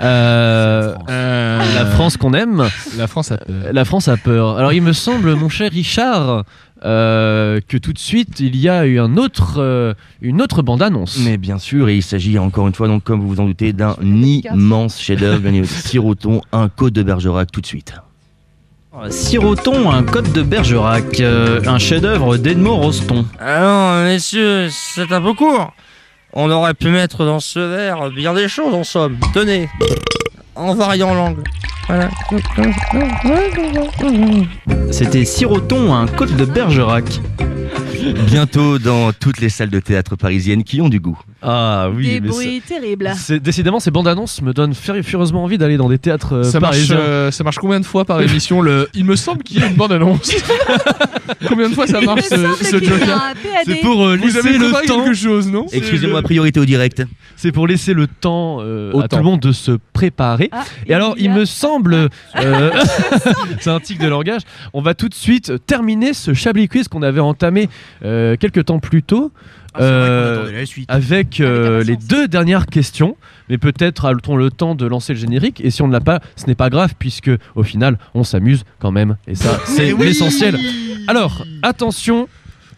S1: Euh, euh, la France qu'on aime.
S9: La France a peur.
S1: La France a peur. Alors il me semble, mon cher Richard, euh, que tout de suite il y a eu un autre, euh, une autre bande-annonce.
S12: Mais bien sûr, et il s'agit encore une fois, donc comme vous vous en doutez, d'un immense chef-d'œuvre, bien évidemment, Siroton, un Côte de Bergerac tout de suite.
S15: Siroton, un code de Bergerac, euh, un chef-d'œuvre d'Edmond Roston.
S4: Ah
S16: Alors, messieurs, c'est un peu court. On aurait pu mettre dans ce verre bien des choses en somme. Tenez, en variant l'angle. Voilà.
S15: C'était Siroton, un côte de Bergerac.
S12: Bientôt dans toutes les salles de théâtre parisiennes qui ont du goût.
S1: Ah oui,
S10: Des
S1: mais ça-
S10: bruits terribles.
S1: c'est- décidément, ces bandes annonces me donnent furi- furieusement envie d'aller dans des théâtres euh,
S9: Ça marche,
S1: parisiens.
S9: euh, ça marche combien de fois par émission le Il me semble qu'il y a une bande-annonce Combien de fois ça
S10: Il
S9: marche
S10: me
S9: ce,
S10: semble
S9: ce
S10: qu'il y a
S9: joker
S10: un PAD.
S1: C'est pour euh,
S9: Vous
S1: laisser
S9: avez
S1: le
S9: préparé
S1: temps.
S9: quelque chose, non
S12: Excusez-moi, priorité au direct.
S1: C'est pour laisser le temps euh,
S12: Au
S1: à
S12: temps.
S1: tout le monde de se préparer. Et alors, Ah, il me semble, euh, c'est un tic de langage, on va tout de suite terminer ce Chablis Quiz qu'on avait entamé euh, quelques temps plus tôt.
S9: Ah,
S1: euh, avec euh, les deux dernières questions, mais peut-être a-t-on le temps de lancer le générique. Et si on ne l'a pas, ce n'est pas grave puisque au final, on s'amuse quand même. Et ça, c'est
S9: Mais oui
S1: l'essentiel. Alors, attention,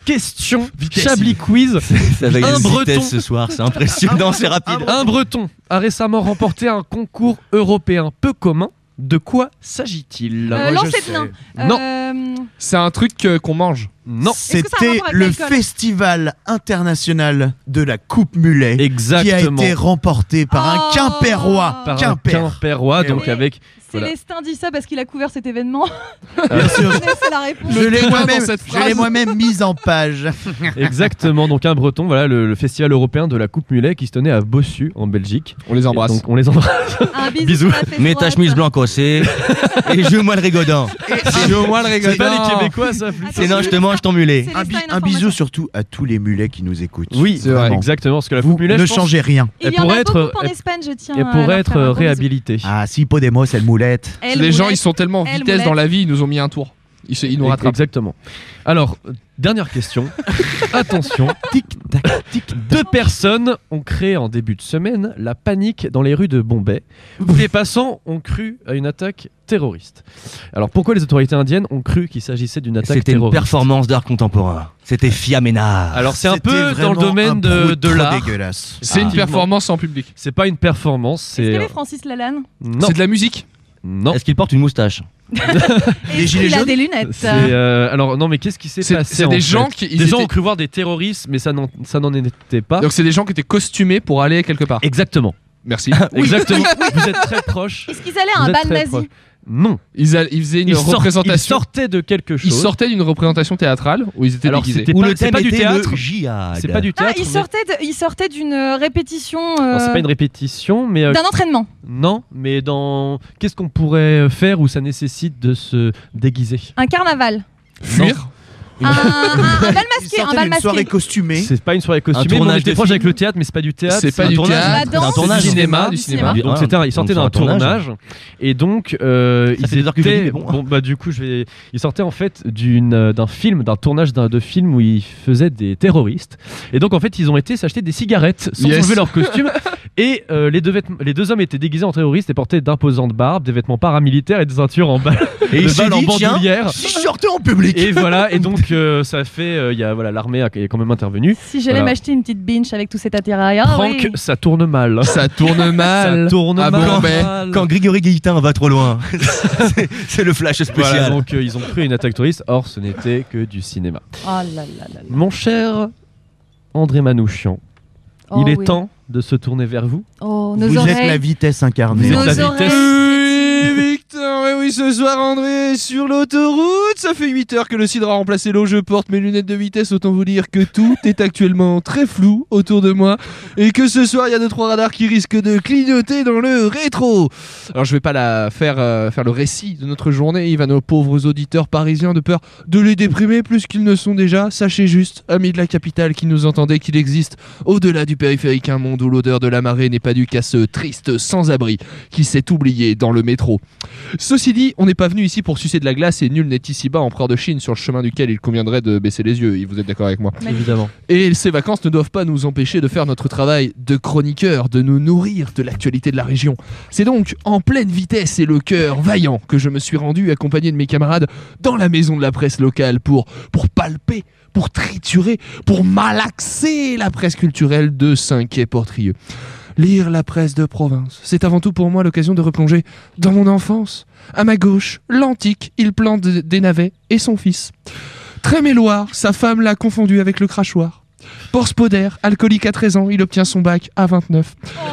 S1: question Chablis Quiz.
S12: Ça va
S1: Un
S12: une
S1: breton.
S12: vitesse ce soir, c'est impressionnant, c'est rapide.
S1: Un breton a récemment remporté un concours européen peu commun. De quoi s'agit-il
S10: Euh,
S1: Moi, je
S10: lancer de
S1: sais.
S10: nains.
S1: Non.
S10: Euh,
S9: C'est un truc euh, qu'on mange.
S1: Non.
S10: que ça a un rapport
S11: C'était
S10: avec
S11: le
S10: l'alcool
S11: festival international de la Coupe Mulet qui a
S1: Exactement.
S11: été remporté
S10: Oh.
S11: par un Quimpérois.
S1: Par un
S11: Quimper.
S1: Quimperois,
S12: Eh
S1: donc
S10: oui.
S1: avec. voilà.
S10: Célestin dit ça parce qu'il a couvert cet événement.
S1: Bien sûr.
S10: C'est la réponse.
S11: Je l'ai
S1: Le
S11: moi-même-
S1: dans cette
S11: je l'ai moi-même mise en page.
S1: Exactement, donc un breton, voilà le, le festival européen de la Coupe Mulet qui se tenait à Bossu en Belgique. On les embrasse. Donc on les embrasse.
S10: Un bisou.
S1: Bisous.
S12: Mets ta chemise blanc cassée et joue-moi le rigodin.
S9: Joue-moi le
S12: C'est pas les Québécois,
S1: ça.
S12: C'est non, je te mange ton mulet.
S11: Un, bi- un bisou surtout à tous les mulets qui nous écoutent. Oui,
S1: C'est vrai, exactement, parce que la Coupe Mulet.
S11: ne
S1: je pense,
S11: changez rien.
S10: Il
S1: Elle
S10: y en a
S1: pourrait être.
S10: beaucoup en
S1: elle-
S10: Espagne, je tiens.
S1: elle
S10: à
S1: pourrait
S10: leur
S1: être
S10: faire un gros bisou.
S1: réhabilitée.
S11: Ah, si Podemos, elle moulette.
S10: Elle
S9: les gens,
S10: moulette,
S9: ils sont tellement en
S10: elle
S9: vitesse dans
S10: moulette.
S9: la vie, ils nous ont mis un tour. Ils, se- ils nous
S1: Ex-
S9: rattrapent.
S1: Exactement. Alors, euh, dernière question. Attention. Tic, tac, tic. Deux personnes ont créé en début de semaine la panique dans les rues de Bombay. où les passants ont cru à une attaque terroriste. Alors, pourquoi les autorités indiennes ont cru qu'il s'agissait d'une attaque
S12: C'était une
S1: terroriste
S12: performance d'art contemporain. C'était Fiamena.
S1: Alors, c'est un
S12: C'était
S1: peu dans
S12: vraiment
S1: le domaine
S12: un
S1: de,
S12: brou
S1: de
S12: trop
S1: l'art.
S12: dégueulasse.
S9: C'est une
S1: Effectivement.
S9: performance en public.
S1: C'est pas une performance,
S10: Est-ce
S1: c'est. euh,
S10: qu'elle est Francis Lalanne
S1: Non.
S9: C'est de la musique.
S1: Non.
S12: Est-ce qu'il porte une moustache
S10: Les Il a des lunettes.
S1: C'est, euh, alors non, mais qu'est-ce qui s'est
S9: C'est-
S1: passé
S9: c'est
S1: en
S9: des
S1: fait
S9: gens qui- ils
S1: Des gens
S9: étaient-
S1: ont cru voir des terroristes, mais ça n'en ça n'en était pas.
S9: Donc c'est des gens qui étaient costumés pour aller quelque part.
S1: Exactement.
S9: Merci.
S1: Exactement. Vous êtes très proche.
S10: Est-ce qu'ils allaient à un
S1: Vous êtes
S10: bal
S1: très proche.
S10: nazi
S1: Non.
S9: Ils, a- ils faisaient une
S1: Ils sortent-
S9: représentation.
S1: ils sortaient de quelque chose.
S9: Ils sortaient d'une représentation théâtrale où ils étaient
S1: Alors,
S9: déguisés.
S1: c'était Où pas- le c'est thème pas du était le théâtre.
S12: jihad.
S1: C'est pas du
S10: Ah,
S1: théâtre.
S10: ils
S1: mais-
S10: sortaient de- ils sortaient d'une euh, répétition.
S1: Alors, c'est
S10: euh,
S1: pas une répétition, mais. euh,
S10: D'un entraînement.
S1: Non, mais dans. Qu'est-ce qu'on pourrait faire où ça nécessite de se déguiser
S10: Un carnaval.
S1: Fuir
S10: Un, un- un bal masqué. Un bal masqué.
S11: costumée.
S1: C'est pas une soirée costumée.
S12: tournage
S1: On était
S12: de
S1: proche
S12: film.
S1: avec le théâtre, mais c'est pas du théâtre.
S9: C'est pas
S1: un
S9: du
S1: tournage.
S9: théâtre,
S10: La
S9: c'est
S12: Bah,
S10: danse,
S9: un tournage
S10: du cinéma,
S9: du
S10: du
S9: cinéma.
S10: cinéma.
S1: Donc
S12: Ah,
S1: c'était un- ils sortaient
S12: donc
S1: d'un
S12: c'est un
S1: tournage.
S12: tournage.
S1: et donc euh,
S12: Ça fait
S1: ils
S12: deux heures que je le dis,
S1: étaient
S12: mais bon.
S1: bon. bah du coup je vais ils sortaient en fait d'une euh, d'un film d'un tournage d'un de film où ils faisaient des terroristes et donc en fait ils ont été s'acheter des cigarettes sans
S9: Yes.
S1: enlever leur costume et euh, les deux vêtements- les deux hommes étaient déguisés en terroristes et portaient d'imposantes barbes des vêtements paramilitaires et des ceintures en balle
S12: Et
S1: de
S12: il s'est
S1: balles en
S12: dit, tiens,
S1: bandoulière
S11: si je sortais en public.
S1: et voilà et donc euh, ça fait euh, il y a voilà l'armée a- est quand même intervenue
S10: Si j'allais
S1: Voilà.
S10: m'acheter une petite binge avec tout cet attirail. Ah,
S1: Franck
S10: oui.
S1: ça tourne mal
S9: Ça tourne mal.
S1: Ça tourne
S9: à
S1: mal.
S9: Bombay.
S12: Quand Grégory Guillotin va trop loin, c'est- c'est le flash spécial.
S1: Voilà, donc euh, ils ont cru à une attaque touriste, or ce n'était que du cinéma.
S10: Oh là là là. là.
S1: Mon cher André Manouchian,
S10: Oh
S1: il est
S10: oui.
S1: temps de se tourner vers vous.
S10: Oh, nos
S11: Vous êtes
S10: oreilles.
S11: la vitesse incarnée.
S1: Vous êtes la
S10: oreilles.
S1: vitesse.
S9: Oui, Victor, oui, oui, ce soir, André, est sur l'autoroute, ça fait 8 heures que le cidre a remplacé l'eau, je porte mes lunettes de vitesse, autant vous dire que tout est actuellement très flou autour de moi, et que ce soir, il y a 2-3 radars qui risquent de clignoter dans le rétro. Alors, je vais pas la faire, euh, faire le récit de notre journée, il va nos pauvres auditeurs parisiens de peur de les déprimer plus qu'ils ne sont déjà. Sachez juste, amis de la capitale qui nous entendez, qu'il existe au-delà du périphérique un monde où l'odeur de la marée n'est pas du casseux triste sans-abri qui s'est oublié dans le métro. Ceci dit, on n'est pas venu ici pour sucer de la glace et nul n'est ici-bas empereur de Chine sur le chemin duquel il conviendrait de baisser les yeux, vous êtes d'accord avec moi
S1: Évidemment.
S9: et ces vacances ne doivent pas nous empêcher de faire notre travail de chroniqueur, de nous nourrir de l'actualité de la région. C'est donc en pleine vitesse et le cœur vaillant que je me suis rendu accompagné de mes camarades dans la maison de la presse locale pour, pour palper, pour triturer, pour malaxer la presse culturelle de Cinquier Portrieux. Lire la presse de province, c'est avant tout pour moi l'occasion de replonger dans mon enfance. À ma gauche, l'antique, il plante des navets et son fils. Tréméloire, sa femme l'a confondu avec le crachoir. Porce Poder, alcoolique à 13 ans, il obtient son bac à 29.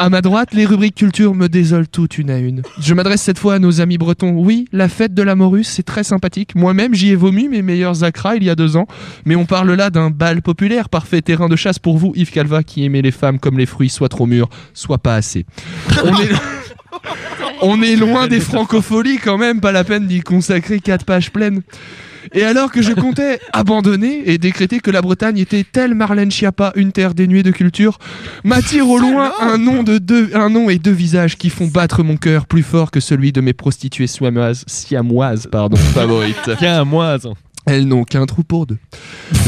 S9: À ma droite, les rubriques culture me désolent toutes une à une. Je m'adresse cette fois à nos amis bretons. Oui, la fête de la morue, c'est très sympathique. Moi-même, j'y ai vomi mes meilleurs acras il y a deux ans. Mais on parle là d'un bal populaire, parfait terrain de chasse pour vous, Yves Calva, qui aimait les femmes comme les fruits, soit trop mûrs, soit pas assez. On est... On est loin des francopholies quand même, pas la peine d'y consacrer quatre pages pleines. Et alors que je comptais abandonner et décréter que la Bretagne était telle Marlène Schiappa, une terre dénuée de culture, m'attire au loin un nom, de deux, un nom et deux visages qui font battre mon cœur plus fort que celui de mes prostituées siamoises, siamoises pardon, favorites. Siamoises. Elles n'ont qu'un trou pour deux.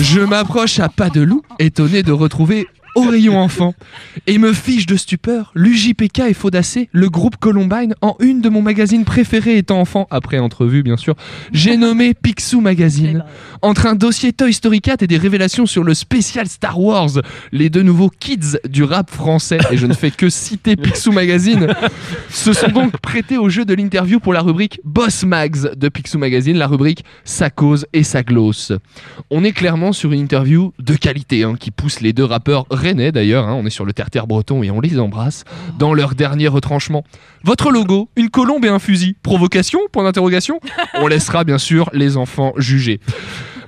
S9: Je m'approche à pas de loup, étonné de retrouver Orion Enfant, et me fiche de stupeur, l'UJPK et Faudacé, le groupe Columbine, en une de mon magazine préféré étant enfant, après entrevue bien sûr, j'ai nommé Picsou Magazine. Entre un dossier Toy Story 4 et des révélations sur le spécial Star Wars, les deux nouveaux kids du rap français, et je ne fais que citer Picsou Magazine, se sont donc prêtés au jeu de l'interview pour la rubrique Boss Mags de Picsou Magazine, la rubrique Sa cause et sa glosse. On est clairement sur une interview de qualité hein, qui pousse les deux rappeurs rennais d'ailleurs, hein, on est sur le terre-terre breton et on les embrasse, dans leur dernier retranchement. Votre logo, une colombe et un fusil. Provocation Point d'interrogation On laissera bien sûr les enfants juger.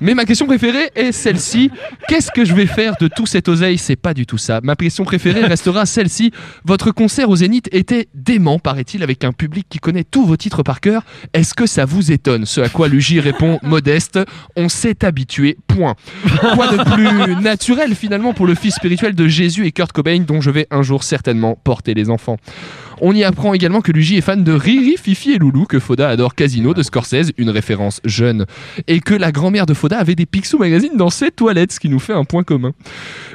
S9: Mais ma question préférée est celle-ci. Qu'est-ce que je vais faire de tout cet oseille C'est pas du tout ça. Ma question préférée restera celle-ci. Votre concert au Zénith était dément, paraît-il, avec un public qui connaît tous vos titres par cœur. Est-ce que ça vous étonne Ce à quoi Luigi répond modeste. On s'est habitué. Point. Quoi de plus naturel finalement pour le fils spirituel de Jésus et Kurt Cobain, dont je vais un jour certainement porter les enfants. On y apprend également que Luigi est fan de Riri, Fifi et Loulou, que Foda adore Casino de Scorsese, une référence jeune, et que la grand-mère de Foda avait des Picsou Magazine dans ses toilettes, ce qui nous fait un point commun.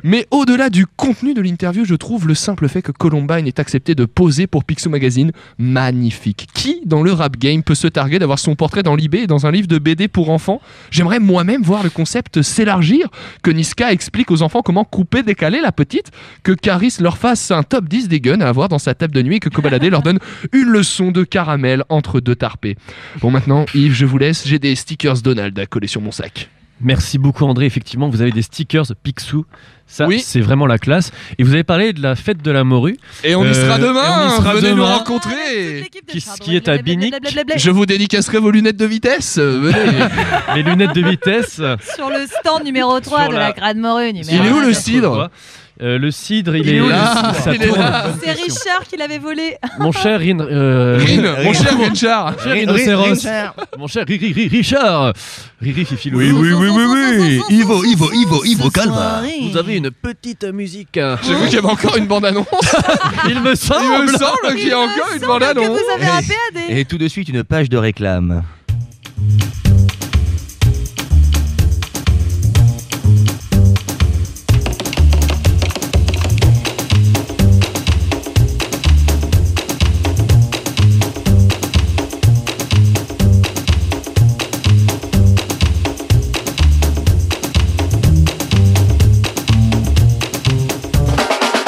S9: Mais au-delà du contenu de l'interview, je trouve le simple fait que Columbine est accepté de poser pour Picsou Magazine magnifique. Qui, dans le rap game, peut se targuer d'avoir son portrait dans l'IB et dans un livre de BD pour enfants J'aimerais moi-même voir le concept s'élargir, que Niska explique aux enfants comment couper, décaler la petite, que Caris leur fasse un top 10 des guns à avoir dans sa table de nuit et que Kobalade leur donne une leçon de caramel entre deux tarpés. Bon, maintenant, Yves, je vous laisse, j'ai des stickers Donald à coller sur mon sac.
S1: Merci beaucoup André, effectivement vous avez des stickers Picsou, ça c'est vraiment la classe. Et vous avez parlé de la fête de la morue.
S9: Et on y
S1: Euh,
S9: sera
S1: et
S9: demain,
S1: on y sera
S9: venez nous
S1: demain.
S9: rencontrer
S1: Qui, qui est à Binic.
S9: Je vous dédicacerai vos lunettes de vitesse, euh, venez
S1: Les lunettes de vitesse.
S10: Sur le stand numéro 3
S1: Sur
S10: de la,
S1: la-
S10: Grade Morue, numéro
S1: Sur
S10: un.
S1: la- Euh, Le cidre, il,
S9: Il est
S1: est,
S9: où, le cidre
S1: ça
S9: Il est
S1: tourne.
S9: là.
S10: C'est Richard qui l'avait volé.
S1: Mon cher Rin, euh,
S9: Rin, mon cher Richard.
S1: Mon cher
S9: Rin-
S1: Rhinocéros.
S9: Richard.
S1: Mon cher Ri- Ri- Ri- Richard. Riri Fifi
S12: Oui, oui, oui, oui, oui. Ivo, Ivo, Ivo, Ivo, calva.
S1: Vous avez une petite musique.
S9: J'ai vu qu'il y avait encore une bande-annonce.
S1: Il me semble.
S9: Il me semble qu'il y a
S1: Il me
S9: encore une
S1: semble que
S9: bande-annonce.
S1: vous avez un PAD.
S12: Et tout de suite, une page de réclame.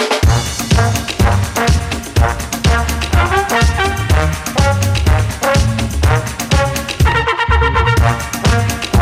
S14: Thank you.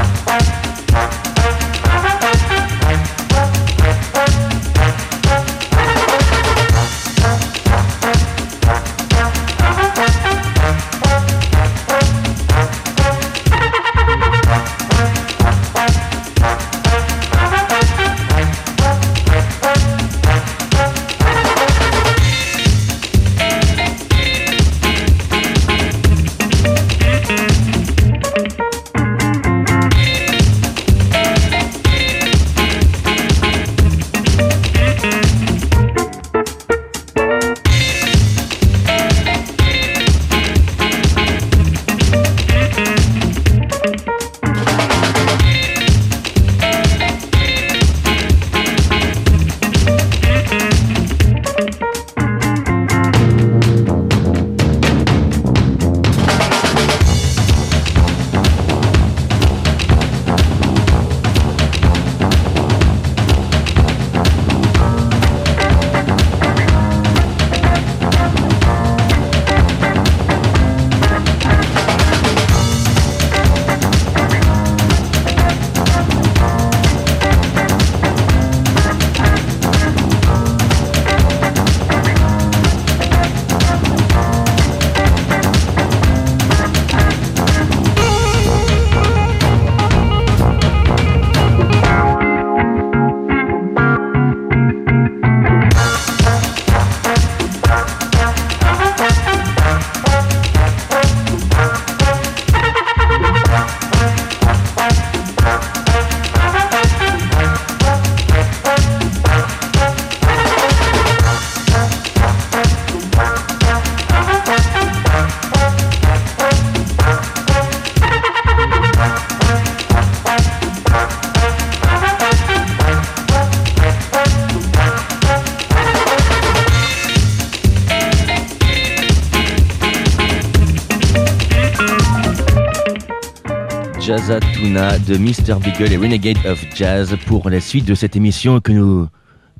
S12: Jazzatuna de Mr. Beagle et Renegade of Jazz pour la suite de cette émission que nous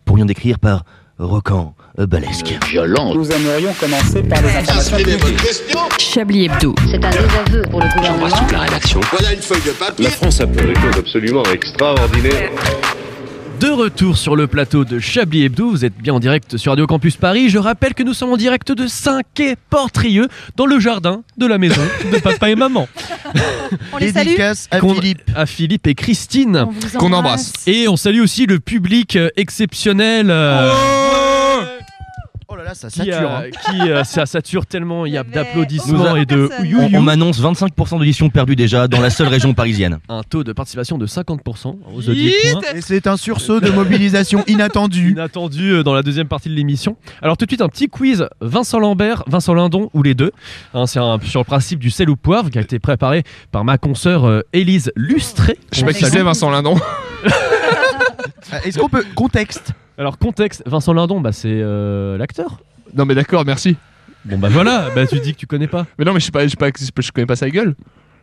S12: pourrions décrire par rocan, balesque. Violent.
S6: Nous aimerions commencer par les informations publiques.
S8: Chablis Hebdo.
S7: C'est un désaveu pour le gouvernement.
S2: la rédaction. Voilà une feuille de papier. La France a fait des choses absolument extraordinaires.
S1: De retour sur le plateau de Chablis Hebdo, vous êtes bien en direct sur Radio Campus Paris. Je rappelle que nous sommes en direct de Saint-Quay Portrieux, dans le jardin de la maison de papa et maman.
S10: On les salue.
S1: à Philippe. À Philippe et Christine.
S10: On vous Qu'on embrasse.
S1: Et on salue aussi le public euh, exceptionnel. euh,
S11: Oh là là, ça
S1: qui,
S11: sature.
S1: euh,
S11: hein.
S1: qui, euh, ça sature tellement, il y a d'applaudissements
S12: a-
S1: et de
S12: On, on
S1: ouïou-you.
S12: m'annonce 25% d'auditions perdues déjà dans la seule région parisienne.
S1: Un taux de participation de 50% aux audiers points.
S11: Et c'est un sursaut de mobilisation inattendue.
S1: Inattendu euh, dans la deuxième partie de l'émission. Alors tout de suite un petit quiz Vincent Lambert, Vincent Lindon ou les deux. Hein, c'est un- sur le principe du sel ou poivre qui a été préparé par ma consoeur euh, Élise Lustré.
S9: Je sais pas qui c'est, Vincent
S1: Lindon. Ah,
S11: Est-ce qu'on peut contexte
S1: Alors contexte Vincent Lindon bah c'est euh, l'acteur.
S9: Non mais d'accord, merci.
S1: Bon bah voilà, bah tu dis que tu connais pas.
S9: Mais non mais je sais pas, je sais pas, je sais pas- je connais pas sa gueule.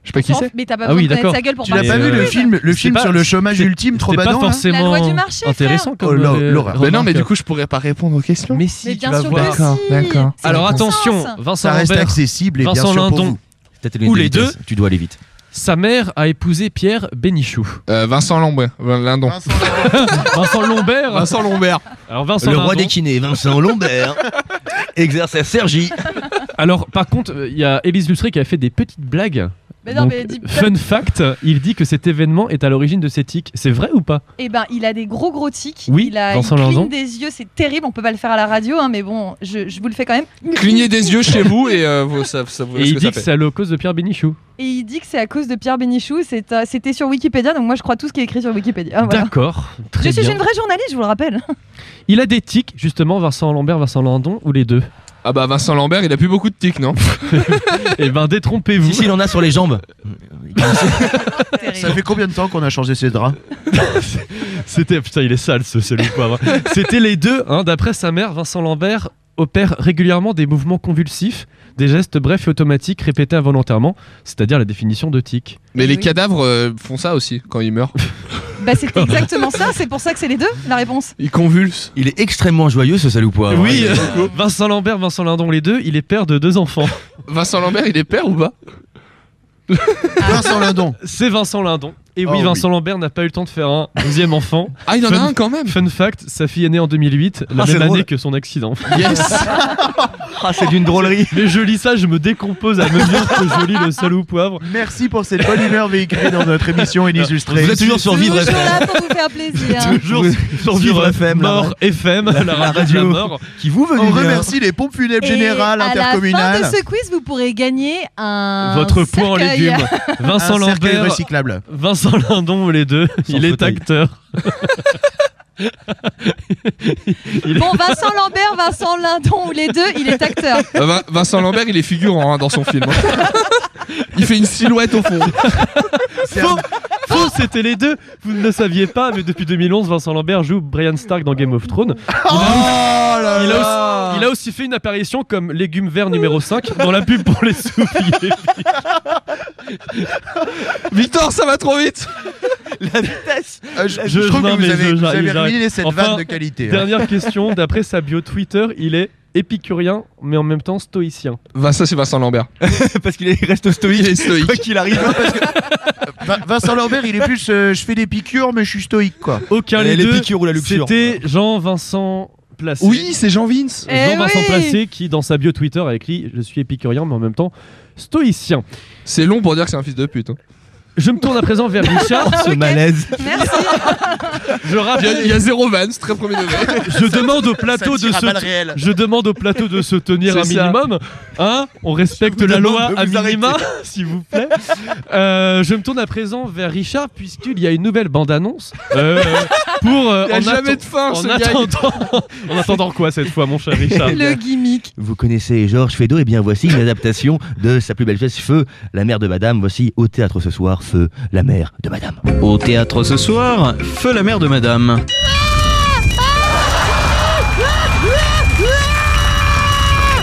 S9: Je sais pas qui
S10: Sauf,
S9: c'est.
S10: mais t'as pas Ah besoin oui, de connaître d'accord. sa gueule pour Tu l'as
S11: pas pas vu le film- le film sur le chômage ultime, trop
S9: hein.
S11: badant, là
S10: La loi du marché,
S1: intéressant
S10: frère.
S1: comme
S9: Oh,
S1: euh,
S9: l'horreur. Mais non, mais
S1: remarque.
S9: du coup, je pourrais pas répondre aux questions.
S1: Mais si,
S10: Mais tu bien vas sûr que voir. si.
S9: d'accord.
S1: Alors
S9: C'est
S1: attention,
S9: bon.
S1: Vincent
S9: Ça reste
S1: Lambert,
S9: accessible et bien
S1: Vincent
S9: sûr pour
S1: Lindon,
S9: vous.
S12: Peut-être
S1: ou les deux.
S12: Tu dois aller vite.
S1: Sa mère a épousé Pierre Bénichou.
S9: Euh, Vincent Lambert, Lindon.
S1: Vincent Lambert.
S9: Vincent Lambert.
S1: Alors Vincent
S12: le roi
S1: Lindon.
S12: des kinés, Vincent Lambert, exerce à Sergi.
S1: Alors, par contre, euh, il y a Élise Lustré qui a fait des petites blagues.
S10: Mais non,
S1: Donc,
S10: mais dis pas-
S1: fun fact, il dit que cet événement est à l'origine de ces tics. C'est vrai ou pas
S10: Eh ben, il a des gros gros tics.
S1: Oui,
S10: il a il
S1: Vincent
S10: cligne
S1: Lindon.
S10: des yeux, c'est terrible. On peut pas le faire à la radio, hein, mais bon, je, je vous le fais quand même.
S9: Clignez des yeux chez vous et euh, vous, ça, ça vous
S1: Et
S9: ce
S1: il
S9: que
S1: dit
S9: ça
S1: que
S9: fait.
S1: c'est à la cause de Pierre Bénichou.
S10: Et il dit que c'est à cause de Pierre Bénichou. c'est, euh, C'était sur Wikipédia, donc moi je crois tout ce qui est écrit sur Wikipédia. Ah, voilà.
S1: D'accord.
S10: Je
S1: Très
S10: suis
S1: bien.
S10: une vraie journaliste, je vous le rappelle.
S1: Il a des tics, justement, Vincent Lambert, Vincent Landon, ou les deux
S9: Ah bah Vincent Lambert, il a plus beaucoup de tics, non
S1: Eh ben, détrompez-vous.
S12: Ici, il en a sur les jambes.
S11: Ça fait combien de temps qu'on a changé ses draps
S1: C'était. Putain, il est sale ce celui poivre. C'était les deux, hein, d'après sa mère, Vincent Lambert opère régulièrement des mouvements convulsifs, des gestes brefs et automatiques répétés involontairement, c'est-à-dire la définition de tic.
S9: Mais les cadavres euh, font ça aussi quand ils meurent.
S10: Bah, c'est exactement ça, c'est pour ça que c'est les deux, la réponse.
S9: Il convulse. Ah,
S12: Il est extrêmement joyeux ce salou poivre.
S1: Oui, euh, Vincent Lambert, Vincent Lindon, les deux, il est père de deux enfants.
S9: Vincent Lambert, il est père ou pas
S11: Vincent Lindon.
S1: C'est Vincent Lindon. Et oui,
S9: Oh,
S1: Vincent Lambert n'a pas eu le temps de faire un deuxième enfant.
S9: Ah, il en a un
S1: quand même Fun fact, sa fille est née en 2008, la
S12: Ah, c'est
S1: même année
S12: drôle.
S1: que son accident.
S9: Yes
S12: Ah, c'est d'une drôlerie.
S1: Mais je lis ça, je me décompose à mesure que je lis le salou poivre.
S11: Merci pour cette bonne humeur véhiculée dans notre émission Élise Lustré.
S12: Vous êtes toujours sur Vivre
S10: Toujours
S12: FM.
S10: là pour vous faire plaisir.
S1: Toujours sur Vivre FM, mort FM, la, radio, de la mort.
S12: Qui vous veut
S11: On remercie les pompes funèbres
S10: Et
S11: générales
S10: à la fin de
S11: intercommunales.
S10: ce quiz, vous pourrez gagner un.
S1: Votre point en
S10: cercueil.
S1: légumes. Vincent
S11: Un cercueil
S1: Lambert.
S11: recyclable.
S1: Vincent Lindon, les deux. il est
S12: fauteuil.
S1: acteur. Il est-
S10: Bon, Vincent Lambert, Vincent Lindon ou les deux, il est acteur.
S9: Euh, Vin- Vincent Lambert, il est figurant hein, dans son film. hein. Il fait une silhouette au fond.
S1: Faux, faux, c'était les deux. Vous ne le saviez pas, mais depuis 2011, Vincent Lambert joue Brian Stark dans Game of Thrones. Il
S11: Oh
S1: a, il a aussi, il a aussi fait une apparition comme légume vert numéro 5 dans la pub pour les souliers.
S9: Victor, ça va trop vite
S12: La vitesse.
S11: Euh, je, je trouve
S1: non,
S11: que vous
S1: mais
S11: avez,
S1: je-
S11: vous avez
S1: j'arrête.
S11: ruiné cette
S1: Enfin,
S11: vanne de qualité. hein.
S1: Dernière question, d'après sa bio Twitter, il est épicurien, mais en même temps stoïcien.
S9: Bah, ça, c'est Vincent Lambert.
S12: Parce qu'il est- reste stoïque.
S9: Il est stoïque.
S12: Quoi qu'il arrive.
S11: Vin- Vincent Lambert, il est plus euh, je fais des piqûres, mais je suis stoïque quoi.
S1: Aucun
S12: Les-
S1: des
S12: les
S1: deux.
S12: piqûres ou la luxure.
S1: C'était Jean-Vincent Placé.
S9: Oui, c'est Jean Vince.
S1: Jean-Vincent
S10: oui
S1: Placé qui, dans sa bio Twitter, a écrit Je suis épicurien, mais en même temps stoïcien.
S9: C'est long pour dire que c'est un fils de pute. hein.
S1: Je me tourne à présent vers Richard.
S12: Ce malaise.
S10: Merci.
S1: Je
S9: Il y a-
S1: rappelle.
S9: il y, a zéro van, c'est très premier degré.
S1: Je demande au plateau
S11: Ça
S1: de
S11: tire à balles
S1: se
S11: réelles.
S1: je demande au plateau de se tenir
S9: C'est
S1: un
S9: ça.
S1: minimum, hein On respecte la
S9: demande
S1: loi
S9: de
S1: à
S9: vous
S1: minima, s'il vous plaît. Euh, je me tourne à présent vers Richard puisqu'il y a une nouvelle bande annonce pour euh,
S9: Il y a
S1: en
S9: jamais
S1: atten-
S9: de fin,
S1: en
S9: ce gag.
S1: attendant en attendant quoi cette fois mon cher Richard
S10: Le gimmick.
S12: Vous connaissez Georges Feydeau et bien voici une adaptation de sa plus belle pièce Feu, la mère de Madame. Voici au théâtre ce soir Feu, la mère de Madame.
S15: Au théâtre ce soir, Feu la mère de Madame.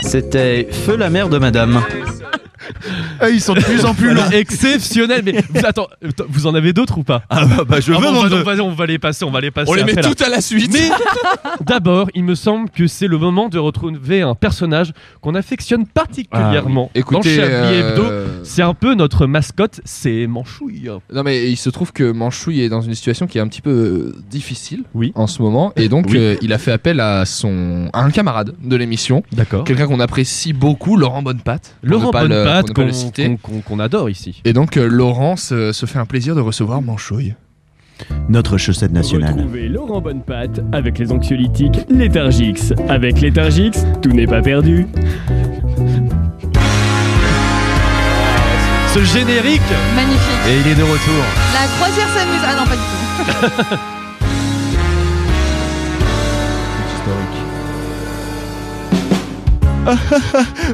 S15: C'était Feu la mère de Madame.
S12: Ah, ils sont de plus en plus longs.
S1: Voilà, Exceptionnel, mais vous- attends, attends, vous en avez d'autres ou pas Ah
S2: bah, bah, je veux,
S1: bon,
S2: mon
S1: bah,
S2: Dieu.
S1: donc, vas-y, on va les passer, on va les passer.
S9: On les met
S1: après, là.
S9: toutes à la suite.
S1: Mais d'abord, il me semble que c'est le moment de retrouver un personnage qu'on affectionne particulièrement.
S9: Ah oui. Écoutez,
S1: dans Chablis
S9: euh,
S1: Hebdo, c'est un peu notre mascotte, c'est Manchouille.
S9: Non mais il se trouve que Manchouille est dans une situation qui est un petit peu euh, difficile en ce moment et donc
S1: Oui.
S9: euh, il a fait appel à son à un camarade de l'émission,
S1: D'accord.
S9: quelqu'un qu'on apprécie beaucoup, Laurent Bonnepatte. pour
S1: Laurent
S9: ne pas le-
S1: Bonnepatte,
S9: pour ne pas le
S1: qu'on-
S9: citer.
S1: qu'on- qu'on- qu'on adore ici.
S9: Et donc euh, Laurent se, se fait un plaisir de recevoir Manchouille.
S12: Notre chaussette nationale.
S17: Retrouvez Laurent Bonnepatte avec les anxiolytiques Léthargix. Avec Léthargix, tout n'est pas perdu.
S1: Ce générique
S10: Magnifique.
S2: Et il est de retour.
S10: La croisière s'amuse. Ah non, pas du tout.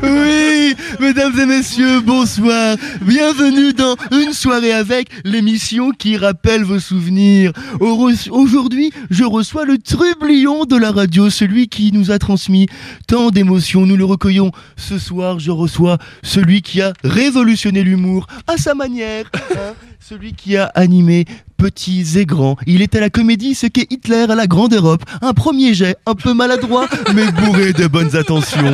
S2: oui, mesdames et messieurs, bonsoir. Bienvenue dans Une soirée avec l'émission qui rappelle vos souvenirs. Au- Aujourd'hui, je reçois le trublion de la radio, celui qui nous a transmis tant d'émotions. Nous le recueillons. Ce soir, je reçois celui qui a révolutionné l'humour à sa manière. hein. celui qui a animé Petits et grands, il est à la comédie ce qu'est Hitler à la grande Europe. Un premier jet, un peu maladroit, mais bourré de bonnes intentions.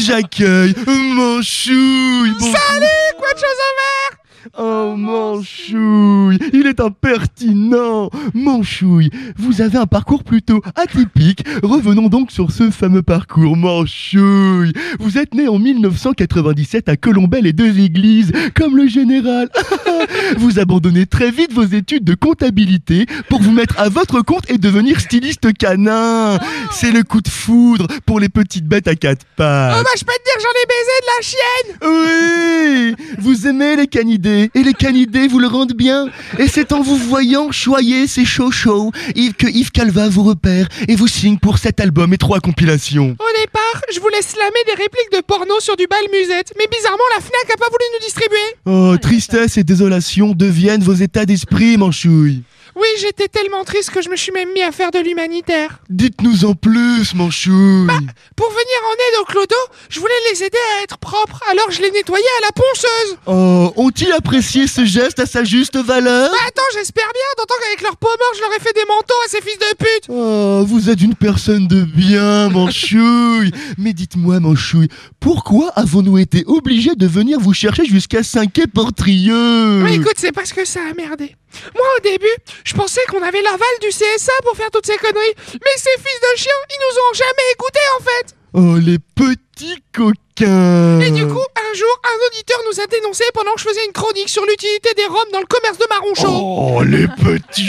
S2: J'accueille
S1: Oh,
S2: Manchouille. Salut, quoi de chose en Oh Manchouille, il est impertinent Manchouille, vous avez un parcours plutôt atypique. Revenons donc sur ce fameux parcours Manchouille. Vous êtes né en 1997 à Colombelles et deux églises, comme le général. vous abandonnez très vite vos études de comptabilité pour vous mettre à votre compte et devenir styliste canin. C'est le coup de foudre pour les petites bêtes à quatre pattes.
S14: Oh bah je peux te dire que j'en ai baisé de la chienne
S2: Oui Vous aimez les canidés, et les canidés vous le rendent bien. Et c'est en vous voyant choyer ces show-show que Yves Calva vous repère et vous signe pour cet album et trois compilations. Oh,
S14: Au départ, je voulais slammer des répliques de porno sur du bal musette, mais bizarrement la FNAC a pas voulu nous distribuer.
S2: Oh, tristesse et désolation deviennent vos états d'esprit, Manchouille.
S14: Oui, j'étais tellement triste que je me suis même mis à faire de l'humanitaire. Bah,
S2: Dites-nous en plus, Manchouille.
S14: Pour venir en aide aux clodo, je voulais les aider à être propres, alors je les nettoyais à la ponceuse.
S2: Oh, ont-ils apprécié ce geste à sa juste valeur
S14: Bah attends, j'espère bien, d'autant qu'avec leur peau morte, je leur ai fait des manteaux à ces fils de pute.
S2: Oh, vous êtes une personne de bien, Manchouille. Mais dites-moi, Manchouille, pourquoi avons-nous été obligés de venir vous chercher jusqu'à 5 quai Portrieux
S14: Mais écoute, c'est parce que ça a merdé. Moi, au début, je pensais qu'on avait l'aval du CSA pour faire toutes ces conneries, mais ces fils de chiens, ils nous ont jamais écoutés en fait.
S2: Oh, les petits coquins
S14: Et du coup, un jour, un auditeur nous a dénoncé pendant que je faisais une chronique sur l'utilité des roms dans le commerce de marron chaud.
S2: Oh, les petits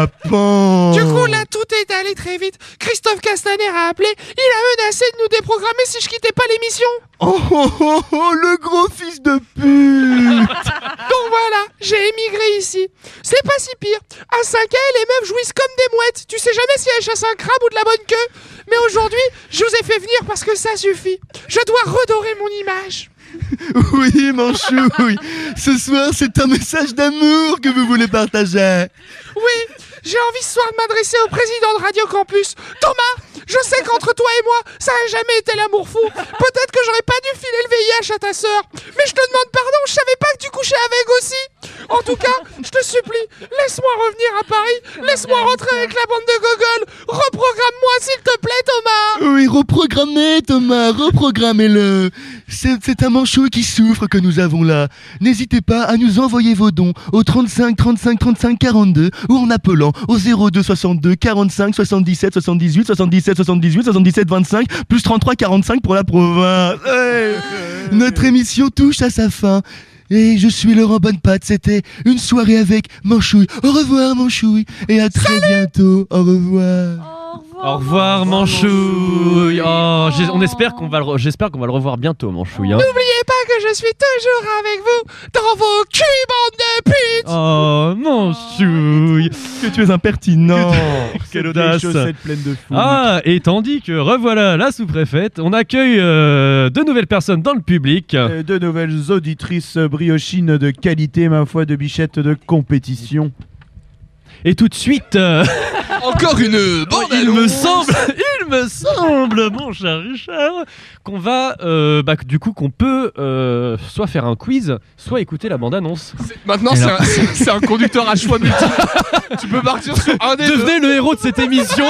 S2: chenapans
S14: Du coup, là, tout est allé très vite. Christophe Castaner a appelé, il a menacé de nous déprogrammer si je quittais pas l'émission.
S2: Oh, oh, oh, oh, le gros fils de pute
S14: Donc voilà, j'ai émigré ici. C'est pas si pire. À 5 les meufs jouissent comme des mouettes. Tu sais jamais si elles chassent un crabe ou de la bonne queue. Mais aujourd'hui, je vous ai fait venir parce que ça suffit. Je dois redorer mon image.
S2: Oui, Manchouille Ce soir, c'est un message d'amour que vous voulez partager
S14: Oui, j'ai envie ce soir de m'adresser au président de Radio Campus. Thomas, je sais qu'entre toi et moi, ça a jamais été l'amour fou. Peut-être que j'aurais pas dû filer le VIH à ta sœur. Mais je te demande pardon, je savais pas que tu couchais avec aussi. En tout cas, je te supplie, laisse-moi revenir à Paris. Laisse-moi rentrer avec la bande de Gogol. Reprogramme-moi, s'il te plaît, Thomas.
S2: Oui, reprogrammez Euh, Thomas, reprogrammez-le. C'est c'est un manchot qui souffre que nous avons là. N'hésitez pas à nous envoyer vos dons au 35 35 35 42 ou en appelant au 02 62 45 77 78 77 78 77 25 plus 33 45 pour la province. Ouais. Notre émission touche à sa fin. Et je suis Laurent Bonnepatte, c'était une soirée avec Manchouille. Au revoir Manchouille et à très bientôt. Au revoir.
S1: Au revoir Manchouille. Oh, j'ai- on espère qu'on va le re- j'espère qu'on va le revoir bientôt Manchouille. hein.
S14: N'oubliez pas que je suis toujours avec vous dans vos culs, bande de putes.
S1: Oh Manchouille.
S2: Que tu es impertinent.
S1: Quelle
S2: vieille
S1: audace.
S2: chaussette pleine de fouilles.
S1: Ah et tandis que revoilà la sous-préfète, on accueille euh, de nouvelles personnes dans le public.
S11: Euh, Deux nouvelles auditrices briochines de qualité, ma foi, de bichette de compétition.
S1: Et tout de suite. euh,
S9: Encore une bande
S1: Il me semble, il me semble, mon cher Richard, qu'on va, euh, bah, du coup, qu'on peut euh, soit faire un quiz, soit écouter la bande-annonce.
S9: Maintenant, c'est un, c'est- c'est un conducteur à choix multiple. tu peux partir sur un des deux.
S1: Devenez le héros de cette émission.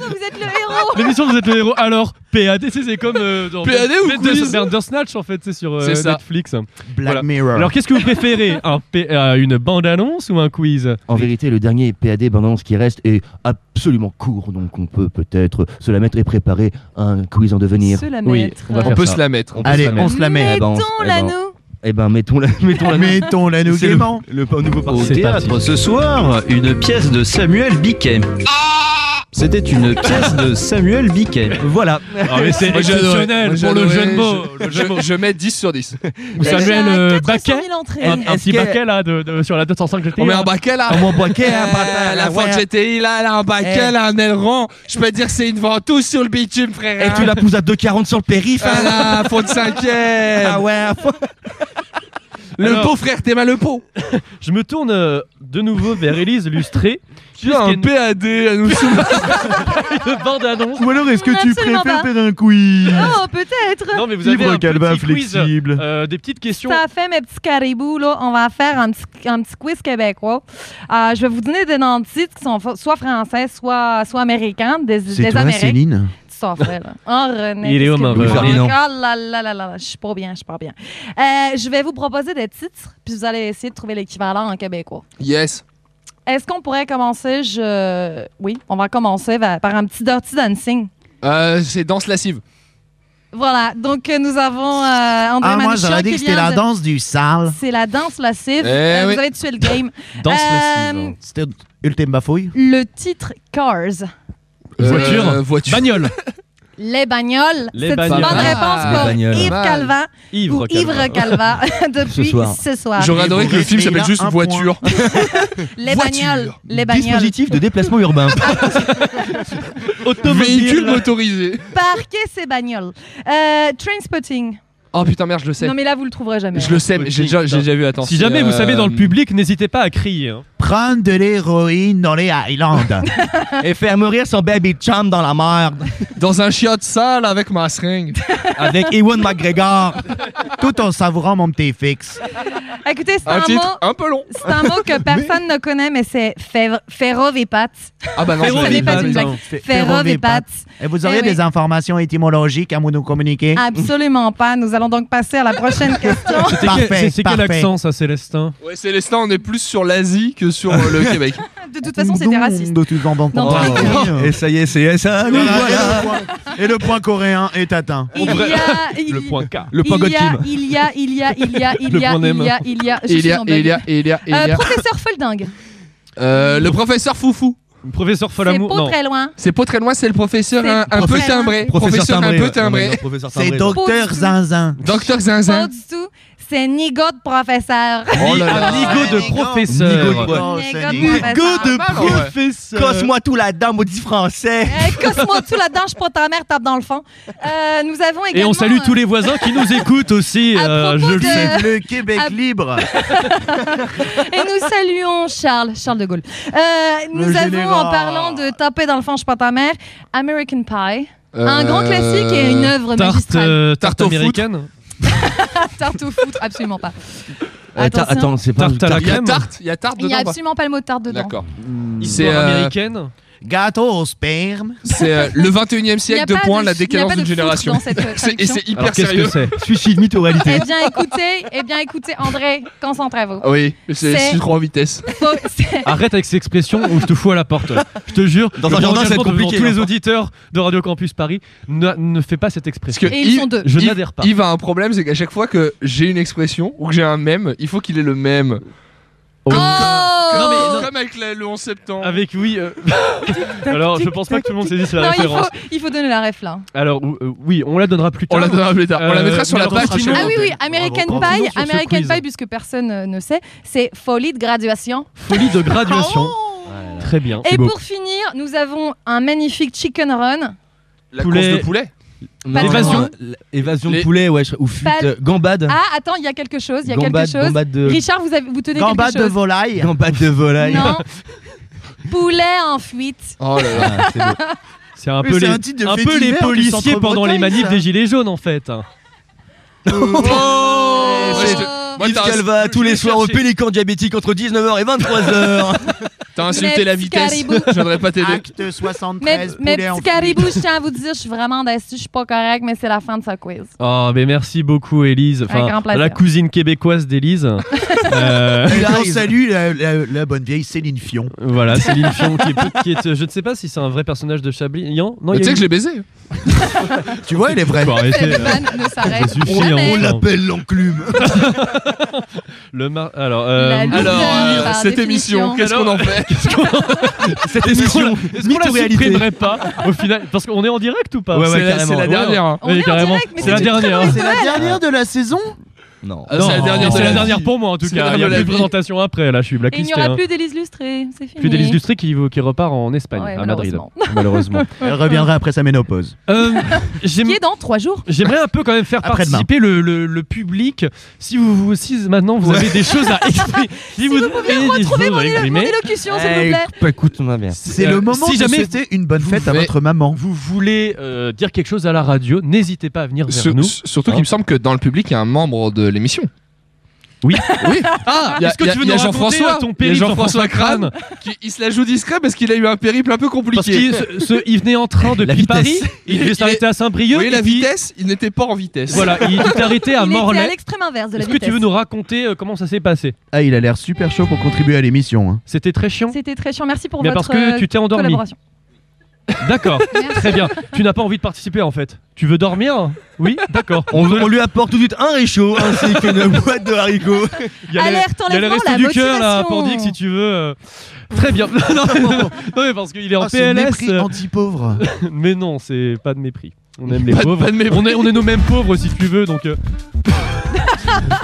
S10: Vous êtes le héros
S1: L'émission, vous êtes le héros. Alors, PAD, c'est c'est comme. euh, dans-
S9: PAD ou
S1: c'est de-
S9: quiz
S1: C'est Undersnatch, en fait, c'est sur euh,
S9: C'est ça.
S1: Netflix. Black
S12: Mirror.
S1: Alors, qu'est-ce que vous préférez un P- euh, Une bande-annonce ou un quiz
S12: En vérité, le dernier PAD bande qui reste est absolument court, donc on peut peut-être se la mettre et préparer un quiz en devenir.
S10: Se la Oui, mettre. on va
S9: faire ça. On peut
S12: Allez,
S9: se la
S12: on se la met.
S10: mettre.
S12: Eh ben, on-
S10: Mettons-la
S12: eh ben,
S10: nous.
S12: Eh ben, mettons-la mettons-la
S11: Mettons-la nous
S12: C'est le-
S11: gaiement.
S12: Le, pa- nouveau
S15: Au
S12: parti.
S15: théâtre ce soir, une pièce de Samuel Biquet. C'était une pièce de Samuel Biquet. Voilà.
S1: Ah, mais c'est
S9: Moi, j'ai adoré.
S1: exceptionnel
S9: Moi, j'ai
S1: pour le
S9: adoré.
S1: jeu de mots.
S9: Je, je- je mets 10 sur 10.
S1: Ou Samuel euh, Baquet
S10: 000 entrées.
S1: un, un
S9: Est-ce
S1: petit
S9: que-
S1: Baquet là de, de- sur la 205 GTI.
S9: On met un baquet là
S1: On met un baquet,
S9: Eh,
S1: un baquet,
S9: La
S1: ouais.
S9: Ford GTI là, elle a un baquet,
S1: Eh.
S9: elle a un aileron Je peux te dire que c'est une ventouse sur le bitume frère
S12: Et
S9: hein.
S12: Eh, tu la pousses à 2,40 sur le périph'. hein.
S9: Ah là, faut de cinquième
S12: Ah ouais, faut-
S9: Le
S1: Alors-
S9: pot frère, t'es mal le pot
S1: Je me tourne euh, de nouveau vers Élise Lustré.
S9: Tu as un PAD à nous
S1: Une bande-annonce.
S11: Ou alors, est-ce que tu
S10: Absolument
S11: préfères
S10: pas.
S11: faire un quiz
S10: Oh, peut-être.
S1: Non mais vous avez
S11: Libre
S1: un
S11: Calvin
S1: petit quiz,
S11: flexible.
S1: euh, des petites questions.
S10: Ça a fait mes petits caribous, là. On va faire un petit, un petit quiz québécois. Euh, je vais vous donner des noms de titres qui sont fa- soit français, soit, soit américains, des, des Amériques. Tu t'en fais, là. En René.
S1: Il est
S10: qu'est-ce que
S1: homme,
S10: vous
S1: Louis
S10: parlez?
S1: Ferdinand.
S10: Ah là là là là là, je suis pas bien, je suis pas bien. Euh, je vais vous proposer des titres, puis vous allez essayer de trouver l'équivalent en québécois.
S9: Yes
S10: Est-ce qu'on pourrait commencer? Je... Oui, on va commencer va- par un petit Dirty Dancing.
S9: Euh, C'est danse lascive
S10: Voilà, donc euh, nous avons euh, André
S11: Ah, moi,
S10: Manouchian
S11: j'aurais dit
S10: qui
S11: que c'était
S10: vient
S11: la
S10: de-
S11: danse du sale.
S10: C'est la danse lascive.
S11: Eh
S10: Euh,
S11: oui.
S10: Vous avez tué le game.
S11: Danse
S10: Euh,
S11: lascive. C'était ultime bafouille.
S10: Le titre Cars.
S1: Euh,
S9: Euh,
S1: Voiture. Bagnole.
S10: Les bagnoles.
S1: Les
S10: C'est une bonne
S1: bagnoles.
S10: réponse
S1: Ah,
S10: pour
S1: les bagnoles.
S10: Yves
S1: Mal.
S10: Calva.
S1: Ivre
S10: ou
S1: Calva.
S10: Ivre Calva depuis
S1: Ce
S10: ce
S1: soir.
S10: soir.
S9: J'aurais adoré que le film s'appelle juste Voiture
S10: Les
S9: Voiture.
S10: bagnoles. Les bagnoles.
S12: Dispositif de déplacement urbain.
S9: Véhicule motorisé
S10: Parquez ces bagnoles. Euh, Trainspotting.
S9: Oh putain merde, je le sais
S10: Non, mais là, vous le trouverez jamais.
S9: Je le sais, mais j'ai déjà, j'ai déjà vu, attends
S1: Si
S9: c'est,
S1: jamais vous
S9: euh,
S1: savez dans le public, n'hésitez pas à crier. hein.
S11: Prendre de l'héroïne dans les Highlands.
S12: Et faire mourir son baby chum dans la merde.
S9: Dans un chiot de salle avec ma seringue
S12: Avec Ewan McGregor.
S11: Tout en savourant mon petit fixe.
S10: Écoutez, c'est
S9: Un
S10: un,
S9: titre
S10: mot.
S9: un peu long
S10: C'est un mot que personne ne connaît, mais c'est Ferrov et Pat.
S9: Ah bah non,
S10: Ce
S9: je
S10: n'est
S9: l'ai
S10: pas
S9: pas,
S10: une
S9: mais
S10: blague.
S9: non.
S10: Ferrov et Pat.
S11: Et vous auriez
S10: Eh oui.
S11: des informations étymologiques à nous communiquer
S10: Absolument pas. Nous allons donc passer à la prochaine question.
S1: C'était
S11: Parfait,
S1: quel- c'est- C'est quel
S11: parfait.
S1: accent ça, Célestin
S9: Ouais, Célestin, on est plus sur l'Asie que sur euh, le Québec
S10: De toute façon, c'était raciste.
S11: De tout en bon
S10: Non,
S1: Oh.
S11: temps.
S12: Et ça y est, c'est ça. nous
S11: Voilà, et le
S12: voilà.
S11: point- Et le point coréen est atteint.
S10: Il y a, il,
S1: Le point K.
S12: Le
S10: il y a,
S12: Pogotim.
S10: il y a, il y a, il y a, il
S1: Le
S10: y a,
S1: point
S10: il
S1: M.
S10: y a, il y a, je
S9: Il
S10: suis
S9: y a,
S10: en bug.
S9: il y a, il y a, il y
S10: Euh,
S9: a
S10: Professeur Folding.
S9: Euh, Le professeur Foufou
S1: Professeur
S10: C'est
S1: Folamour.
S10: pas
S1: Non.
S10: très loin.
S9: C'est pas très loin, c'est le professeur
S10: C'est
S9: un, un peu
S10: professeur-
S9: timbré.
S12: Professeur
S9: un
S12: Timbré,
S9: peu
S12: ouais. Non,
S9: timbré.
S12: mais non, professeur
S11: C'est
S12: Timbré,
S11: Docteur Zinzin.
S9: Docteur
S10: Pas
S9: Zinzin.
S10: du tout. C'est Nigo de professeur.
S12: Oh là là.
S1: Un nigo
S10: Ah,
S1: de
S12: Nigo
S1: professeur.
S12: de- ouais.
S11: Oh,
S10: Nigo
S11: c'est
S10: de
S11: nul.
S10: professeur.
S9: ouais.
S1: Professeur.
S12: Casse-moi tout la dame maudit français.
S10: Eh, Casse-moi tout là-dedans, je suis pas ta mère, tape dans le fond. Euh, nous avons également.
S1: Et on salue tous
S10: euh,
S1: les voisins qui nous écoutent aussi.
S10: À
S1: euh,
S10: propos
S1: je le
S10: de-
S1: sais.
S11: Le Québec
S10: Ah.
S11: libre.
S10: Et nous saluons Charles, Charles de Gaulle. Euh, nous avons,
S11: général.
S10: en parlant de taper dans le fond, je suis pas ta mère, American Pie. Un
S9: Euh,
S10: grand classique et une œuvre
S1: Tarte,
S10: magistrale.
S1: euh, tarte
S9: Tarte au foot.
S1: américaine.
S10: Tarte au foot, absolument pas.
S12: Euh, ta-
S10: Attention.
S12: Attends, c'est pas
S1: Tarte à la
S9: Il y a
S1: crème.
S9: tarte, il y a tarte
S10: Il n'y
S9: dedans.
S10: a
S9: bah.
S10: absolument pas le mot de tarte dedans.
S9: D'accord. C'est
S1: Histoire
S9: euh,
S1: américaine.
S11: Gâteau au sperme.
S9: c'est, euh, le 21 e
S10: Il y a
S9: siècle de
S10: pas
S9: point, la
S10: il y a
S9: décadence
S10: pas de
S9: d'une
S10: foot
S9: génération.
S10: dans cette, euh,
S9: C'est- Et
S10: traduction.
S9: c'est
S1: Alors
S9: hyper
S1: qu'est-ce
S9: sérieux.
S1: que c'est
S12: Suicide, mythe ou réalité.
S10: Eh bien, écoutez, eh bien, écoutez, André, concentrez-vous.
S9: Ah Oui, c'est
S10: C'est-
S9: c'est trop en vitesse.
S10: Faut- c'est-
S1: Arrête avec ces expressions ou je te fous à la porte. Je te jure.
S12: Dans
S1: le
S12: un jardin, ça va être
S1: engagement devant
S12: compliqué,
S1: Tous les
S12: hein.
S1: auditeurs de Radio Campus Paris ne, ne fais pas cette
S9: Parce
S1: expression.
S9: que
S10: Et ils
S9: Yves-
S10: sont deux.
S1: Je
S9: Yves-
S1: n'adhère pas.
S9: Yves a un problème, c'est qu'à chaque fois que j'ai une expression ou que j'ai un mème, il faut qu'il ait le même.
S1: Oh.
S9: Ah.
S10: Non, mais-
S1: non.
S9: Comme avec le, le 11 septembre.
S1: Avec oui. euh, Alors je pense pas que tout le monde saisisse la
S10: Non, il
S1: référence.
S10: faut, il faut donner la ref là.
S1: Alors ou- euh, oui, on la donnera plus
S9: On
S1: tard.
S9: la donnera plus tard. On la
S1: Euh,
S9: mettra sur
S1: mais
S9: la
S1: attends,
S9: page.
S1: sera
S9: chez
S1: chez
S9: nous.
S10: Ah oui, oui, American
S1: Bravo. Continuons
S10: Pie,
S1: sur ce
S10: American
S1: quiz.
S10: Pie, puisque personne euh, ne sait, c'est folie de graduation.
S1: Folie de graduation. Très bien.
S10: Oh Et pour finir, nous avons un magnifique chicken run.
S9: La
S1: Poulet.
S9: course de poulet.
S12: Non,
S1: L'évasion.
S12: non, l- Évasion de
S9: Les-
S12: poulet, ouais, je- ou fuite.
S10: Pas-
S12: euh, Gambade.
S10: Ah, attends, il y a quelque chose, il y a quelque
S12: Gambade,
S10: chose.
S12: gambade de-
S10: Richard, vous, avez, vous tenez
S11: Gambade
S10: quelque
S11: de
S10: chose.
S11: volaille.
S12: Gambade de volaille.
S10: Non. Poulet en fuite.
S9: Oh là là.
S12: Ah, c'est beau.
S1: C'est un
S18: Mais
S1: peu
S18: c'est
S1: les,
S18: un titre de
S1: un
S18: fait
S1: peu les
S18: divers du
S1: policiers pendant les
S18: Centre-Bretagne,
S1: manifs
S18: ça.
S1: des Gilets jaunes en fait.
S9: Oh,
S10: Oh.
S12: Yves Calva, tous les soirs au Pélican diabétique entre 19h et 23h.
S9: T'as
S10: insulté la vitesse. Caribou. Ah, Je
S9: voudrais pas
S12: t'aider.
S11: Acte 73,
S19: Mes, mes
S11: poulet en
S19: petits caribous, je tiens à vous dire, je suis vraiment déçue, je suis pas correcte, mais c'est la fin de ce quiz.
S1: Oh, mais merci beaucoup, Élise.
S19: Avec
S1: Enfin,
S19: grand plaisir.
S1: la cousine québécoise d'Élise. Euh,
S11: Et on salue la, la- la bonne vieille Céline Fion.
S1: Voilà, Céline Fion qui est, qui est- Je ne sais pas si c'est un vrai personnage de Chablis. Non, non, il y a
S9: Tu sais
S1: une-
S9: que je l'ai baisé.
S11: Tu vois, elle est vraie.
S1: Faut arrêter, euh.
S19: ne s'arrête
S1: Ça suffit, hein.
S19: jamais.
S1: On l'appelle
S11: l'enclume.
S1: Le mar- Alors, euh,
S19: La louve,
S9: Alors, euh,
S19: par
S9: cette
S19: définition.
S9: émission, qu'est-ce qu'on en fait
S1: cette émission, est-ce qu'on la
S9: mytho-réalité.
S1: supprimerait pas au final Parce qu'on est en direct ou pas
S9: Ouais, ouais, C'est la- carrément. c'est la dernière, hein. On est en
S1: carrément.
S9: direct, mais
S1: C'est la
S9: c'est une
S1: dernière.
S9: très
S1: hein.
S9: bonne
S11: C'est la dernière de la saison
S12: Non.
S1: Non,
S9: Euh, c'est la dernière.
S1: c'est
S9: de
S1: la
S9: la
S1: dernière
S9: vie.
S1: pour moi en tout
S9: C'est la
S1: cas. Il y
S9: dernière
S1: a
S9: de la
S1: plus de
S9: vie.
S1: présentation après. Là, je
S19: Et
S1: suis
S19: il
S1: blacklisté.
S19: n'y aura
S1: hein.
S19: plus d'Élise Lustrée, c'est fini.
S1: Plus d'Élise Lustré qui, qui repart en Espagne,
S19: Ouais,
S1: à Madrid,
S19: malheureusement.
S1: malheureusement.
S11: Elle reviendra après sa ménopause.
S1: Euh, j'aime-
S19: Qui est dans trois jours.
S1: J'aimerais un peu quand même faire
S11: Après-demain.
S1: participer le, le- le public. Si vous, vous aussi maintenant vous avez des choses à exprimer, si, vous, avez des choses à exprimer,
S19: élocution, s'il vous plaît.
S12: Bah, écoute, ma mère.
S11: Eh, C'est
S1: Euh,
S11: le moment
S1: si
S11: de
S1: jamais
S11: souhaiter une bonne
S1: vous
S11: fête à
S1: voulez-
S11: votre maman.
S1: vous voulez euh, dire quelque chose à la radio, n'hésitez pas à venir vers
S9: Sur-
S1: nous.
S9: Surtout
S1: Hein.
S9: qu'il me semble que dans le public, il y a un membre de l'émission.
S1: Oui.
S9: oui. Ah, il y a,
S1: Est-ce que
S9: il y a-
S1: tu veux
S9: il y a
S1: nous raconter,
S9: Jean-François,
S1: euh, ton
S9: il y a
S1: périple,
S9: Jean-François
S1: Jean-François
S9: Crane, qui il se la joue discret parce qu'il a eu un périple un peu
S1: Parce
S9: compliqué.
S1: qu'il ce- ce- il venait en train depuis Paris, il devait s'arrêter à Saint-Brieuc.
S9: Oui, la
S1: et puis-
S9: vitesse, il n'était pas en vitesse.
S1: Voilà, il est arrêté à
S19: Il était à
S1: Morlaix.
S19: l'extrême inverse de la
S1: Est-ce que
S19: vitesse.
S1: tu veux nous raconter euh, comment ça s'est passé
S11: Ah, il a l'air super chaud pour contribuer à l'émission. hein.
S1: C'était très chiant.
S19: C'était très chiant. Merci pour
S1: Mais
S19: votre
S1: parce que
S19: euh,
S1: tu t'es endormi.
S19: collaboration.
S1: D'accord, très bien. Tu n'as pas envie de participer en fait. Tu veux dormir Oui, d'accord. On,
S12: lui apporte tout de suite un réchaud ainsi qu'une boîte de haricots.
S1: Il y a les-
S19: Alerte
S1: il y a les
S19: enlèvement,
S1: restos
S19: Oh, la
S1: du cœur là,
S19: motivation.
S1: Appendix, si tu veux. euh, Très bien. non, mais- non, mais parce qu'il est en
S11: Ah, ce
S1: PLS.
S11: mépris
S1: euh,
S11: anti-pauvre.
S1: mais non, c'est pas de mépris. On aime les
S9: Pas de-
S1: pauvres.
S9: pas de mépris.
S1: on, est, on est nos mêmes pauvres si tu veux, donc. euh.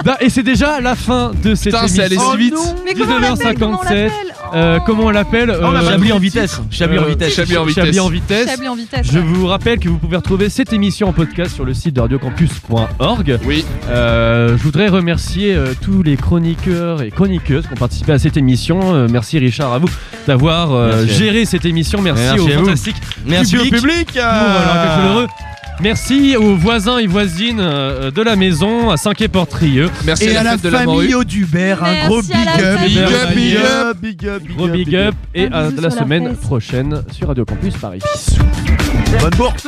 S1: Bah, et c'est déjà la fin de cette
S9: Putain, c'est allé
S1: émission.
S9: si vite.
S19: Oh Mais comment on l'appelle, comment on
S1: 19h57. euh, Comment on l'appelle
S12: On l'a
S1: Euh,
S12: Chablis en vitesse. Chablis en
S1: Euh,
S12: vitesse.
S9: Chablis en vitesse.
S1: Chablis en vitesse.
S19: Chablis en vitesse.
S1: Je vous rappelle que vous pouvez retrouver cette émission en podcast sur le site de radiocampus.org.
S9: Oui.
S1: Euh, je voudrais remercier euh, tous les chroniqueurs et chroniqueuses qui ont participé à cette émission. Euh, merci Richard à vous d'avoir euh,
S12: Merci à vous.
S1: géré cette émission. Merci,
S12: Merci
S1: au
S12: à vous.
S1: fantastique
S12: Merci au public.
S1: Nous, voilà, que je suis heureux. Merci aux voisins et voisines euh, de la maison à 5 et Portrieux.
S9: Merci
S11: Et à la
S9: fête de la morue.
S11: famille Audubert, un
S19: Merci
S11: gros
S19: à
S11: big
S19: la
S11: up.
S9: Big
S1: Big
S9: up,
S1: up,
S9: big
S1: big
S9: up.
S11: Big up,
S1: Gros big up et
S19: Un
S1: à
S19: bisou
S1: la
S19: sur la
S1: semaine
S19: fesse.
S1: prochaine sur Radio Campus Paris.
S11: Bonne bourse.